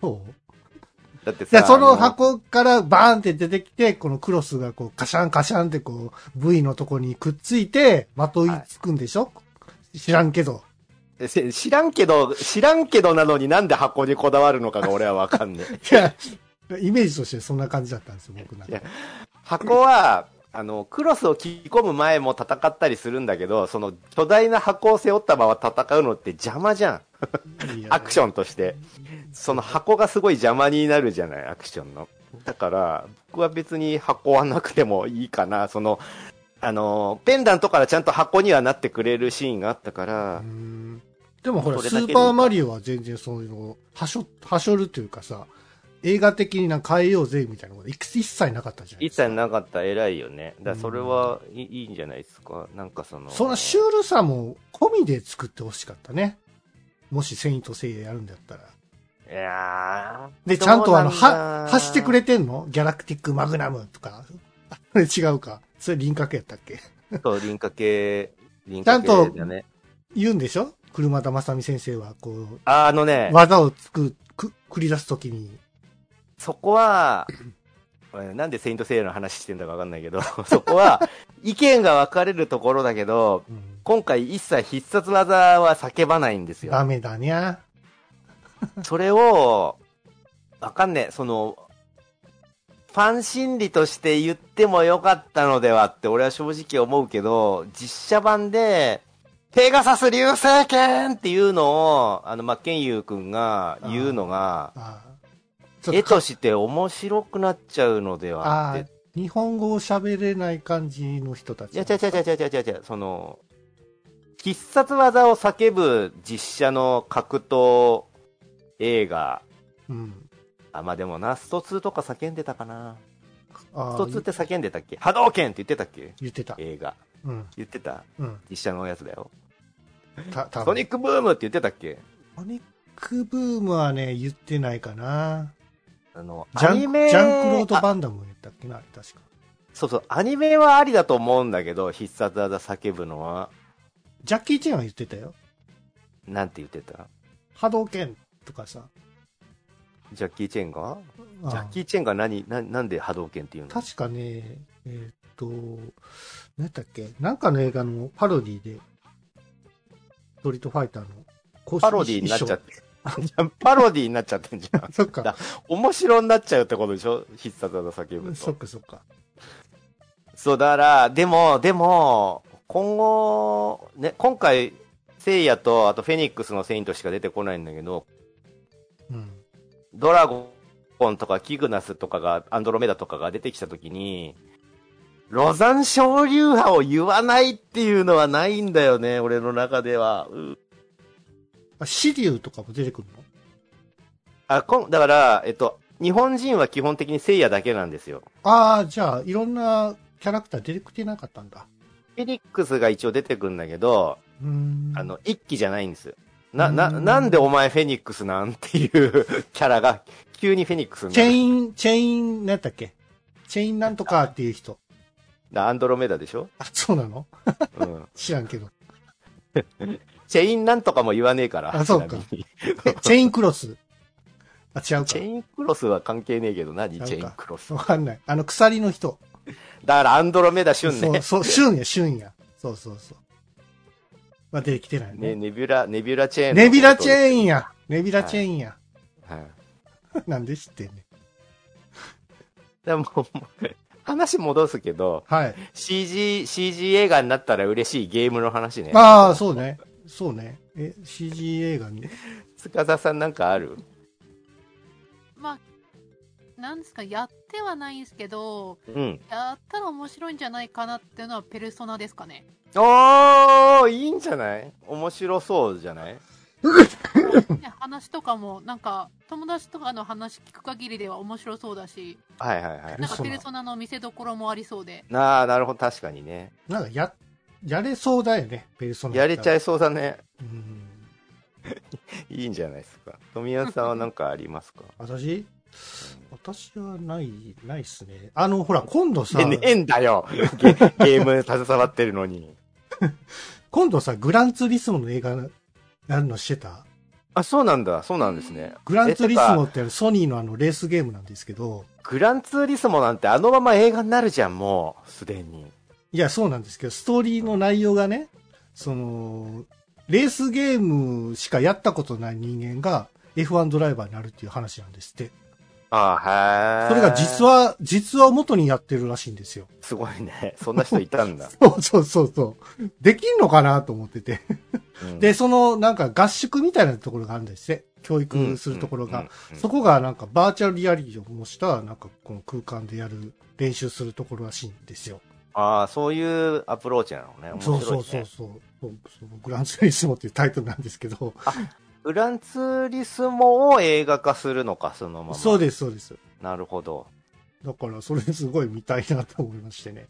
Speaker 1: そう
Speaker 2: って
Speaker 1: い
Speaker 2: さ、
Speaker 1: や、そ
Speaker 2: あ
Speaker 1: の箱からバーンって出てきて、このクロスがこう、カシャンカシャンってこう、V のとこにくっついて、まといつくんでしょ、知らんけど。
Speaker 2: せ知らんけど、知らんけどなのになんで箱にこだわるのかが俺はわかんな
Speaker 1: い
Speaker 2: い。
Speaker 1: や、イメージとしてそんな感じだったんですよ、僕なん
Speaker 2: いや
Speaker 1: か。
Speaker 2: 箱は、あの、クロスを切り込む前も戦ったりするんだけど、その巨大な箱を背負ったまま戦うのって邪魔じゃん。アクシ
Speaker 1: ョン。
Speaker 2: ョンとして。その箱がすごい邪魔になるじゃない、アクションの。だから、僕は別に箱はなくてもいいかな。その、あの、ペンダントからちゃんと箱にはなってくれるシーンがあったか
Speaker 1: う
Speaker 2: ら、
Speaker 1: んでもほら、
Speaker 2: それ
Speaker 1: ス
Speaker 2: だけで
Speaker 1: ー
Speaker 2: いい
Speaker 1: パーマリオは全然そういうのを、はしょ、はしょるというかさ、映画的になんか変えようぜ、みたいなこと、いく一切なかったじゃない
Speaker 2: 一切なかったら偉いよね。だからそれはいいいいんじゃないですか。なんかその。
Speaker 1: そのシュールさも込みで作ってほしかったね。もし、セイントセイヤやるんだったら。
Speaker 2: いやー
Speaker 1: で、ちゃんとあの、
Speaker 2: どうなんだ
Speaker 1: は、走ってくれてんのギャラクティックマグナムとか。 あれ違うか。それ輪郭やったっけ
Speaker 2: そう、輪郭系、輪
Speaker 1: ちゃん
Speaker 2: 郭
Speaker 1: と
Speaker 2: 系だね。
Speaker 1: 言うんでしょ車田正美先生は、こう、
Speaker 2: ああのね、
Speaker 1: 技をつく、く、繰り出すときに。
Speaker 2: そこは、えーなんでセイントセイヤの話してんだかわかんないけど、 そこは意見が分かれるところだけど、
Speaker 1: うん
Speaker 2: 今回一切必殺技は叫ばないんです
Speaker 1: ダ
Speaker 2: よ。
Speaker 1: メだにゃ。
Speaker 2: それを、わかんねえ、その、ファン心理として言ってもよかったのではって俺は正直思うけど、実写版で、ペガサス流星剣っていうのを、あの、まあ、ケンユーくんが言うのが、
Speaker 1: あちょっ
Speaker 2: 絵
Speaker 1: と
Speaker 2: として面白くなっちゃうのではっ
Speaker 1: あ
Speaker 2: て
Speaker 1: ー日本語を喋れない感じの人たち。
Speaker 2: いや、違う違う違う違う違う違う、その、必殺技を叫ぶ実写の格闘映画。
Speaker 1: うん。
Speaker 2: あ、まあでもな、スト2とか叫んでたかな。
Speaker 1: あ
Speaker 2: ス
Speaker 1: ー
Speaker 2: ト2って叫んでたっけ波動拳って言ってたっけ
Speaker 1: 言ってた。
Speaker 2: 映画。
Speaker 1: うん。
Speaker 2: 言ってた
Speaker 1: うん。
Speaker 2: 実写のやつだよ。
Speaker 1: た、た
Speaker 2: ソニックブームって言ってたっけ
Speaker 1: ソニックブームはね、言ってないかな。
Speaker 2: あの、
Speaker 1: ジ
Speaker 2: ア
Speaker 1: ャ
Speaker 2: ニ
Speaker 1: ン
Speaker 2: メ
Speaker 1: ジャンクロード・
Speaker 2: あ
Speaker 1: バンダムやったっけな、あれ確か。
Speaker 2: そうそう、アニメはありだと思うんだけど、必殺技叫ぶのは、
Speaker 1: ジャッキー・チェンは言ってたよ。
Speaker 2: なんて言ってた
Speaker 1: 波動拳とかさ。
Speaker 2: ジャッキー・チェンが
Speaker 1: あ
Speaker 2: ジャッキー・チェンが何、ななんで波動拳っていうの
Speaker 1: 確かね、えーっと、何やったっけなんかの映画のパロディで、ストリートファイターの公式
Speaker 2: パロディーになっちゃっ
Speaker 1: 衣
Speaker 2: て。 じゃあパロディーになっちゃってんじゃん
Speaker 1: 装。そっか
Speaker 2: だ、面白になっちゃうってことでしょ必殺技叫ぶ
Speaker 1: そっ
Speaker 2: と。
Speaker 1: かそっか。
Speaker 2: そう、だから、でも、でも、今後、ね、今回、聖夜と、あとフェニックスのセイントしか出てこないんだけど、
Speaker 1: うん。
Speaker 2: ドラゴンとかキグナスとかが、アンドロメダとかが出てきたときに、ロザン昇竜派を言わないっていうのはないんだよね、俺の中では。う
Speaker 1: あ、シリュウとかも出てくるの
Speaker 2: あ、こん、だから、えっと、日本人は基本的に聖夜だけなんですよ。
Speaker 1: ああ、じゃあ、いろんなキャラクター出てきてなかったんだ。
Speaker 2: フェニックスが一応出てくんだけど、
Speaker 1: うーん。
Speaker 2: あの、一期じゃないんです。な、な、
Speaker 1: うん
Speaker 2: なんでお前フェニックスなんっていう キャラが、急にフェニックスに
Speaker 1: チ
Speaker 2: な
Speaker 1: ェ
Speaker 2: る。
Speaker 1: イン、チェイン、何やったっけチェインなんとかっていう人。
Speaker 2: アンドロメダでしょ
Speaker 1: あ、そうなの
Speaker 2: うん。
Speaker 1: 知らん けど。
Speaker 2: チェインなんとかも言わねえから。
Speaker 1: あそうか
Speaker 2: ちなみに
Speaker 1: えチェインクロス。あ、違う
Speaker 2: チ
Speaker 1: か。
Speaker 2: ェインクロスは関係ねえけど、何
Speaker 1: なんか
Speaker 2: チェインクロ ス。
Speaker 1: わかんない。あの、鎖の人。
Speaker 2: だからアンドロメダ旬ね。
Speaker 1: そう、そう、旬や、旬や。そうそうそう。まあ、出てきてない
Speaker 2: ね、
Speaker 1: ね。
Speaker 2: ネビュラ、ネビュラチェーン。
Speaker 1: ネビラチェーン
Speaker 2: や。
Speaker 1: や。ネビラチェーンや。
Speaker 2: はい。
Speaker 1: なんで知ってんねん。
Speaker 2: でも、もう話戻すけど、
Speaker 1: はい。
Speaker 2: CG、CG 映画になったら嬉しいゲームの話ね。
Speaker 1: ああ、そうね。そうね。え、CG 映画に。
Speaker 2: 塚さんなんかある
Speaker 3: まあ、なんですか、やってはないんですけど、
Speaker 2: うん。
Speaker 3: やったら面白いんじゃないかなっていうのはペルソナですかね。
Speaker 2: おー、いいんじゃない面白そうじゃない
Speaker 3: ね話とかも、なんか、友達とかの話聞く限りでは面白そうだし、
Speaker 2: はいはいはい。
Speaker 3: なんか
Speaker 1: 嘘
Speaker 3: ペ
Speaker 1: な
Speaker 3: ルソナの見せどころもありそうで。
Speaker 2: なあ、なるほど、確かにね。
Speaker 1: なんか、や、やれそうだよね、ペルソナ。
Speaker 2: やれちゃ
Speaker 1: う。
Speaker 2: いそうだね。
Speaker 1: うん。
Speaker 2: いいんじゃないですか。富山さんはなんかありますか
Speaker 1: 私私はない、ないっすね。あの、ほら、今度さ
Speaker 2: え、、 ねえんだよゲゲー ム携わってるのに。
Speaker 1: 今度さ、グランツーリスモの映画ななるのしてた
Speaker 2: あ、そうなんだ、そうなんですね。
Speaker 1: グランツーリスモ
Speaker 2: え
Speaker 1: ってあのソニーのあのレースゲームなんですけど、
Speaker 2: グランツーリスモなんてあのまま映画になるじゃん、もう、すでに。
Speaker 1: いや、そうなんですけど、ストーリーの内容がね、その、レースゲームしかやったことない人間が F1 ドライバーになるっていう話なんですって。
Speaker 2: あはー
Speaker 1: それが実。は、実は元にやってるらしいんですよ。
Speaker 2: すごいね。そんな人いた んだ。
Speaker 1: そうそうそうそう。できんのかなと思ってて。
Speaker 2: うん
Speaker 1: で、、その、なんか合宿みたいなところがあるんですね。教育するところが。そ
Speaker 2: こ。
Speaker 1: こがなんかバーチャルリアリティを模した、なんかこの空間でやる練習するところらしいんですよ。
Speaker 2: ああ、そういうアプローチなのね。面
Speaker 1: そ
Speaker 2: 白いうね
Speaker 1: そうそうそう。そうそうグランツーリスモっていうタイトルなんですけど、
Speaker 2: グランツーリスモを映画化するのか、そのまま。
Speaker 1: そうです、そうです。
Speaker 2: なるほど。
Speaker 1: だから、それすごい見たいなと思いましてね。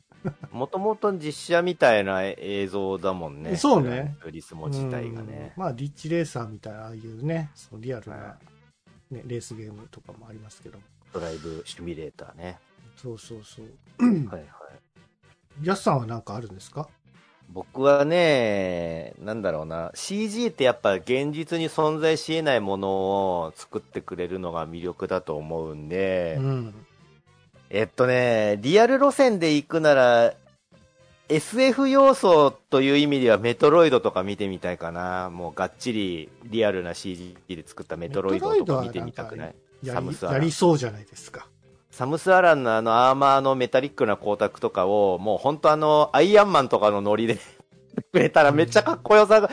Speaker 2: もともと実写みたいな映像だもんね。
Speaker 1: そうね
Speaker 2: グランツーリスモ自体がね
Speaker 1: う。んまあ、リッチレーサーみたいな、ああいうね、そのリアル
Speaker 2: は
Speaker 1: な、ね、レースゲームとかもありますけど。
Speaker 2: ドライブシミュレーターね。
Speaker 1: そうそうそう。
Speaker 2: はいはい。
Speaker 1: ヤスさんはなんかあるんですか
Speaker 2: 僕はね、なんだろうな、CG ってやっぱ現実に存在し得ないものを作ってくれるのが魅力だと思うんで、
Speaker 1: うん。
Speaker 2: えっとね、リアル路線で行くなら、SF 要素という意味ではメトロイドとか見てみたいかな。もうがっちりリアルな CG で作ったメトロイドとか見てみたくない
Speaker 1: や
Speaker 2: サム
Speaker 1: り、
Speaker 2: スアラ
Speaker 1: やりそうじゃないですか。
Speaker 2: サムス・アランのあのアーマーのメタリックな光沢とかを、もう本当あの、アイアンマンとかのノリで くれたらめっちゃかっこよさが、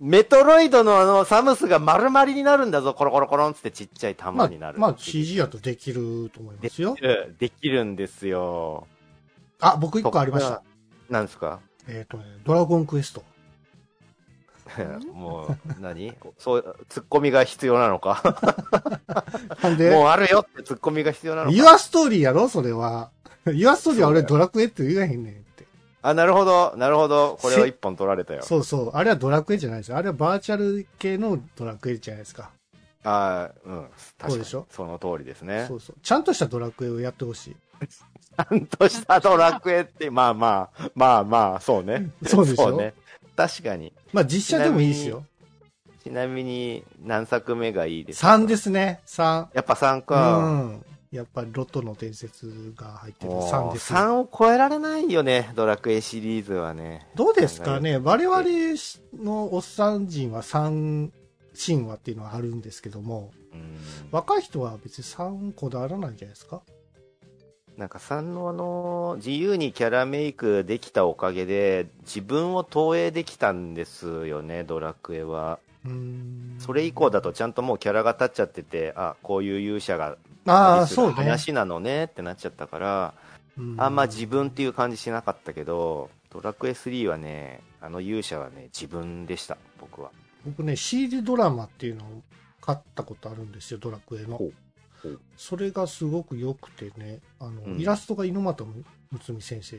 Speaker 2: メトロイドのあの、サムスが丸まりになるんだぞ、コロコロコロンつってちっちゃい
Speaker 1: ま
Speaker 2: 玉
Speaker 1: あ
Speaker 2: にな、る。
Speaker 1: まあ、CG やとできると思いますよ
Speaker 2: でき。るできるんですよ。
Speaker 1: あ、僕一個ありました。。
Speaker 2: なんですか
Speaker 1: えっ、とね、ドラゴンクエ スト。
Speaker 2: もう、何そう、ツッコミが必要なのか
Speaker 1: なんで、
Speaker 2: もうあるよってツッコミが必要なのか
Speaker 1: ユアストーリーやろそれは。ユアストーリーは俺ドラクエって言えへんねんって。
Speaker 2: あ、なるほど、なるほど。これは一本取られたよ。
Speaker 1: そうそう。あれはドラクエじゃないですよ。あれはバーチャル系のドラクエじゃないですか。
Speaker 2: ああ、うん。確
Speaker 1: そ
Speaker 2: か
Speaker 1: う
Speaker 2: に
Speaker 1: でしょ
Speaker 2: その通りですね。
Speaker 1: そうそう。ちゃんとしたドラクエをやってほしい。
Speaker 2: ちゃんとしたドラクエって、 まあまあ、まあまあ、そうね。
Speaker 1: そうでしょ
Speaker 2: ね。確かに。
Speaker 1: まあ実写でもいいですよ。
Speaker 2: ちなみに、何作目がいいですか
Speaker 1: 3ですね、3。
Speaker 2: やっぱ3
Speaker 1: う
Speaker 2: か。
Speaker 1: ん。やっぱりロトの伝説が入ってる
Speaker 2: もう
Speaker 1: 3です。
Speaker 2: 3を超えられないよね、ドラクエシリーズはね。
Speaker 1: どうですかね我々のおっさん人は3神話っていうのはあるんですけども、
Speaker 2: うん
Speaker 1: 若い人は別に3こだわらないんじゃないですか
Speaker 2: なんか3のあの、自由にキャラメイクできたおかげで、自分を投影できたんですよね、ドラクエは。
Speaker 1: うーん。
Speaker 2: それ以降だとちゃんともうキャラが立っちゃってて、あ、こういう勇者が
Speaker 1: ああ、
Speaker 2: 旅する
Speaker 1: そうね。
Speaker 2: 話なのねってなっちゃったから、
Speaker 1: うん
Speaker 2: あんま自分っていう感じしなかったけど、ドラクエ3はね、あの勇者はね、自分でした、僕は。
Speaker 1: 僕ね、CD ドラマっていうのを買ったことあるんですよ、ドラクエの
Speaker 2: ほうほう。
Speaker 1: それがすごく良くてね、あの、
Speaker 2: うん
Speaker 1: イラストが猪俣睦美先生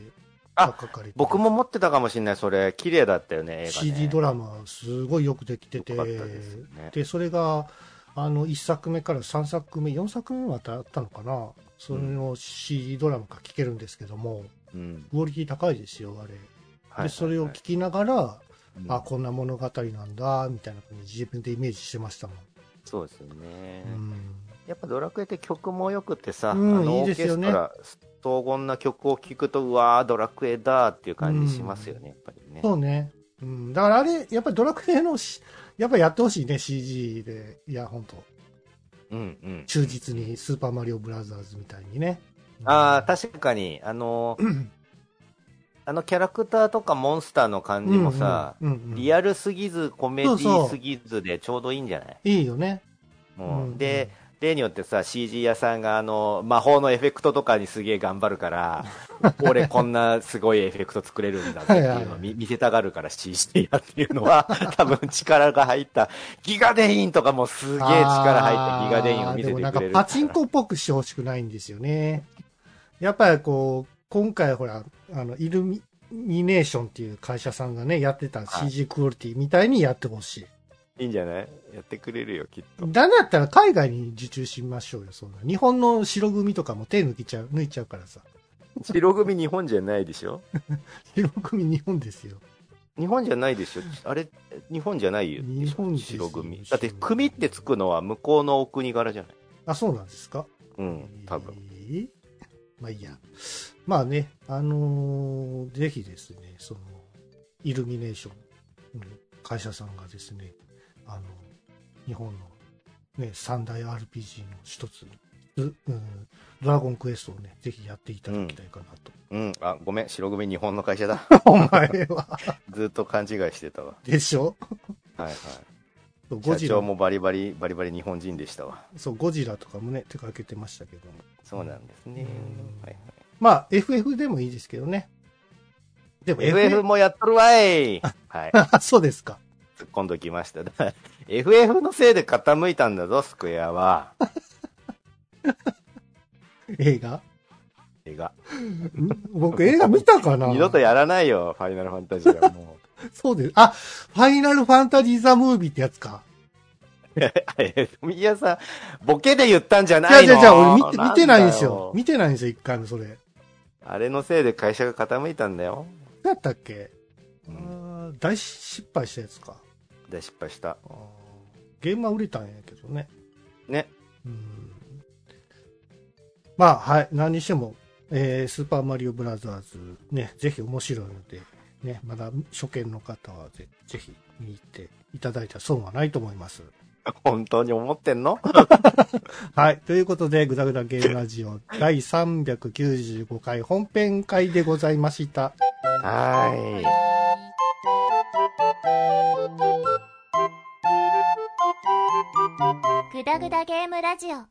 Speaker 1: が描かれて、
Speaker 2: 僕も持ってたかもしれない、それ。綺麗だったよね、映画ね。
Speaker 1: CD ドラマすごいよくできてて、
Speaker 2: よかったですよね。
Speaker 1: で、それが、あの、1作目から3作目、4作目またあったのかなそれの CD ドラマが聴けるんですけども、
Speaker 2: うん。
Speaker 1: クオリティ高いですよ、あれ。
Speaker 2: はい
Speaker 1: で、それを
Speaker 2: はい
Speaker 1: 聞きながら、
Speaker 2: はい
Speaker 1: あ、こんな物語なんだ、みたいな感じで自分でイメージしてましたもん。
Speaker 2: そうですよね。
Speaker 1: うん
Speaker 2: やっぱドラクエって曲も良くてさ、
Speaker 1: うん
Speaker 2: あの
Speaker 1: いい
Speaker 2: オ
Speaker 1: で
Speaker 2: ー
Speaker 1: す
Speaker 2: ケ
Speaker 1: よ
Speaker 2: スト
Speaker 1: ね
Speaker 2: ラ、荘厳な曲を聴くと、うわー、ドラクエだーっていう感じしますよね、やっぱりね。
Speaker 1: そうね。うん。だからあれ、やっぱりドラクエのし、やっぱやってほしいね、CG で。いや、本当
Speaker 2: うんうん。
Speaker 1: 忠実に、スーパーマリオブラザーズみたいにね。
Speaker 2: ああ、
Speaker 1: か
Speaker 2: 確かに、あのー、あのキャラクターとかモンスターの感じもさ、
Speaker 1: うんうん、
Speaker 2: リアルすぎず、コメデ
Speaker 1: そうそ
Speaker 2: ィ
Speaker 1: う
Speaker 2: すぎずでちょうどいいんじゃない
Speaker 1: いいよね。
Speaker 2: も
Speaker 1: うんう
Speaker 2: うんで、例によってさ、CG 屋さんがあの、魔法のエフェクトとかにすげえ頑張るから、 俺こんなすごいエフェクト作れるんだっていうのを見見せたがるから CG 屋っていう のは、多分力が入った、ギガデインとかもすげえ力入ったギガデインを見せてくれる
Speaker 1: あーでもなん
Speaker 2: か
Speaker 1: からパチンコっぽくしてほしくないんですよね。やっぱりこう、今回ほら、あの、イルミネーションっていう会社さんがね、やってた CG クオリティみたいにやってほしい。
Speaker 2: いいんじゃないやってくれるよ、きっと。
Speaker 1: だんだったら海外に受注しましょうよ、そんな。日本の白組とかも手抜きちゃう、抜いちゃうからさ。
Speaker 2: 白組日本じゃないでしょ
Speaker 1: 白組日本ですよ。
Speaker 2: 日本じゃないでしょあれ、日本じゃないよ。
Speaker 1: 日本ですよ
Speaker 2: 白組。だって、組ってつくのは向こうのお国柄じゃない
Speaker 1: あ、そうなんですか
Speaker 2: うん、多分。。
Speaker 1: えーまあいいや。まあね、あのーぜひですね、その、イルミネーションの会社さんがですね、あの、日本のね、三大 RPG の一つ、ううんドラゴンクエストをね、ぜひやっていただきたいかな と。
Speaker 2: うん、あ、ごめん、白組日本の会社だ。
Speaker 1: お前は。
Speaker 2: ずっと勘違いしてたわ。
Speaker 1: でしょ
Speaker 2: はいはい。
Speaker 1: そうゴ
Speaker 2: 社
Speaker 1: ジラ
Speaker 2: 長もバリバリ、バリバリ日本人でしたわ。
Speaker 1: そう、ゴジラとかもね、手掛けてましたけども。
Speaker 2: そうなんですね。はい
Speaker 1: まあ、FF でもいいですけどね。でも
Speaker 2: はい、FF
Speaker 1: FF、
Speaker 2: もやっとるわいはい。
Speaker 1: あ そうですか。
Speaker 2: 突っ込んどきました。FF のせいで傾いたんだぞ、スクエアは。
Speaker 1: 映画。
Speaker 2: 映画。
Speaker 1: 僕映画見たかな
Speaker 2: 二度とやらないよ、ファイナルファンタジ ーはもう。
Speaker 1: そうです。あ、ファイナルファンタジーザムービーってやつか。
Speaker 2: え、 富谷さん、ボケで言ったんじゃ
Speaker 1: じゃ
Speaker 2: な
Speaker 1: あ
Speaker 2: い
Speaker 1: じ
Speaker 2: の
Speaker 1: ゃあじゃあ俺見て、見てないんです
Speaker 2: なんだ
Speaker 1: よ。見てないんですよ、一回もそれ。
Speaker 2: あれのせいで会社が傾いたんだよ。
Speaker 1: だったっけ、
Speaker 2: うん。
Speaker 1: あー大失敗したやつか。
Speaker 2: で、失敗した。
Speaker 1: あーゲームは売れたんやけどね。
Speaker 2: ね。
Speaker 1: うんまあ、はい。何にしても、えースーパーマリオブラザーズ、ね、ぜひ面白いので、ね、まだ初見の方はぜぜひ見に行っていただいたら損はないと思います。
Speaker 2: 本当に思ってんの
Speaker 1: はい。ということで、グダグダゲームラジオ第395回本編会でございました。
Speaker 2: は
Speaker 3: はい
Speaker 2: い。
Speaker 4: ぐだぐだゲームラジオ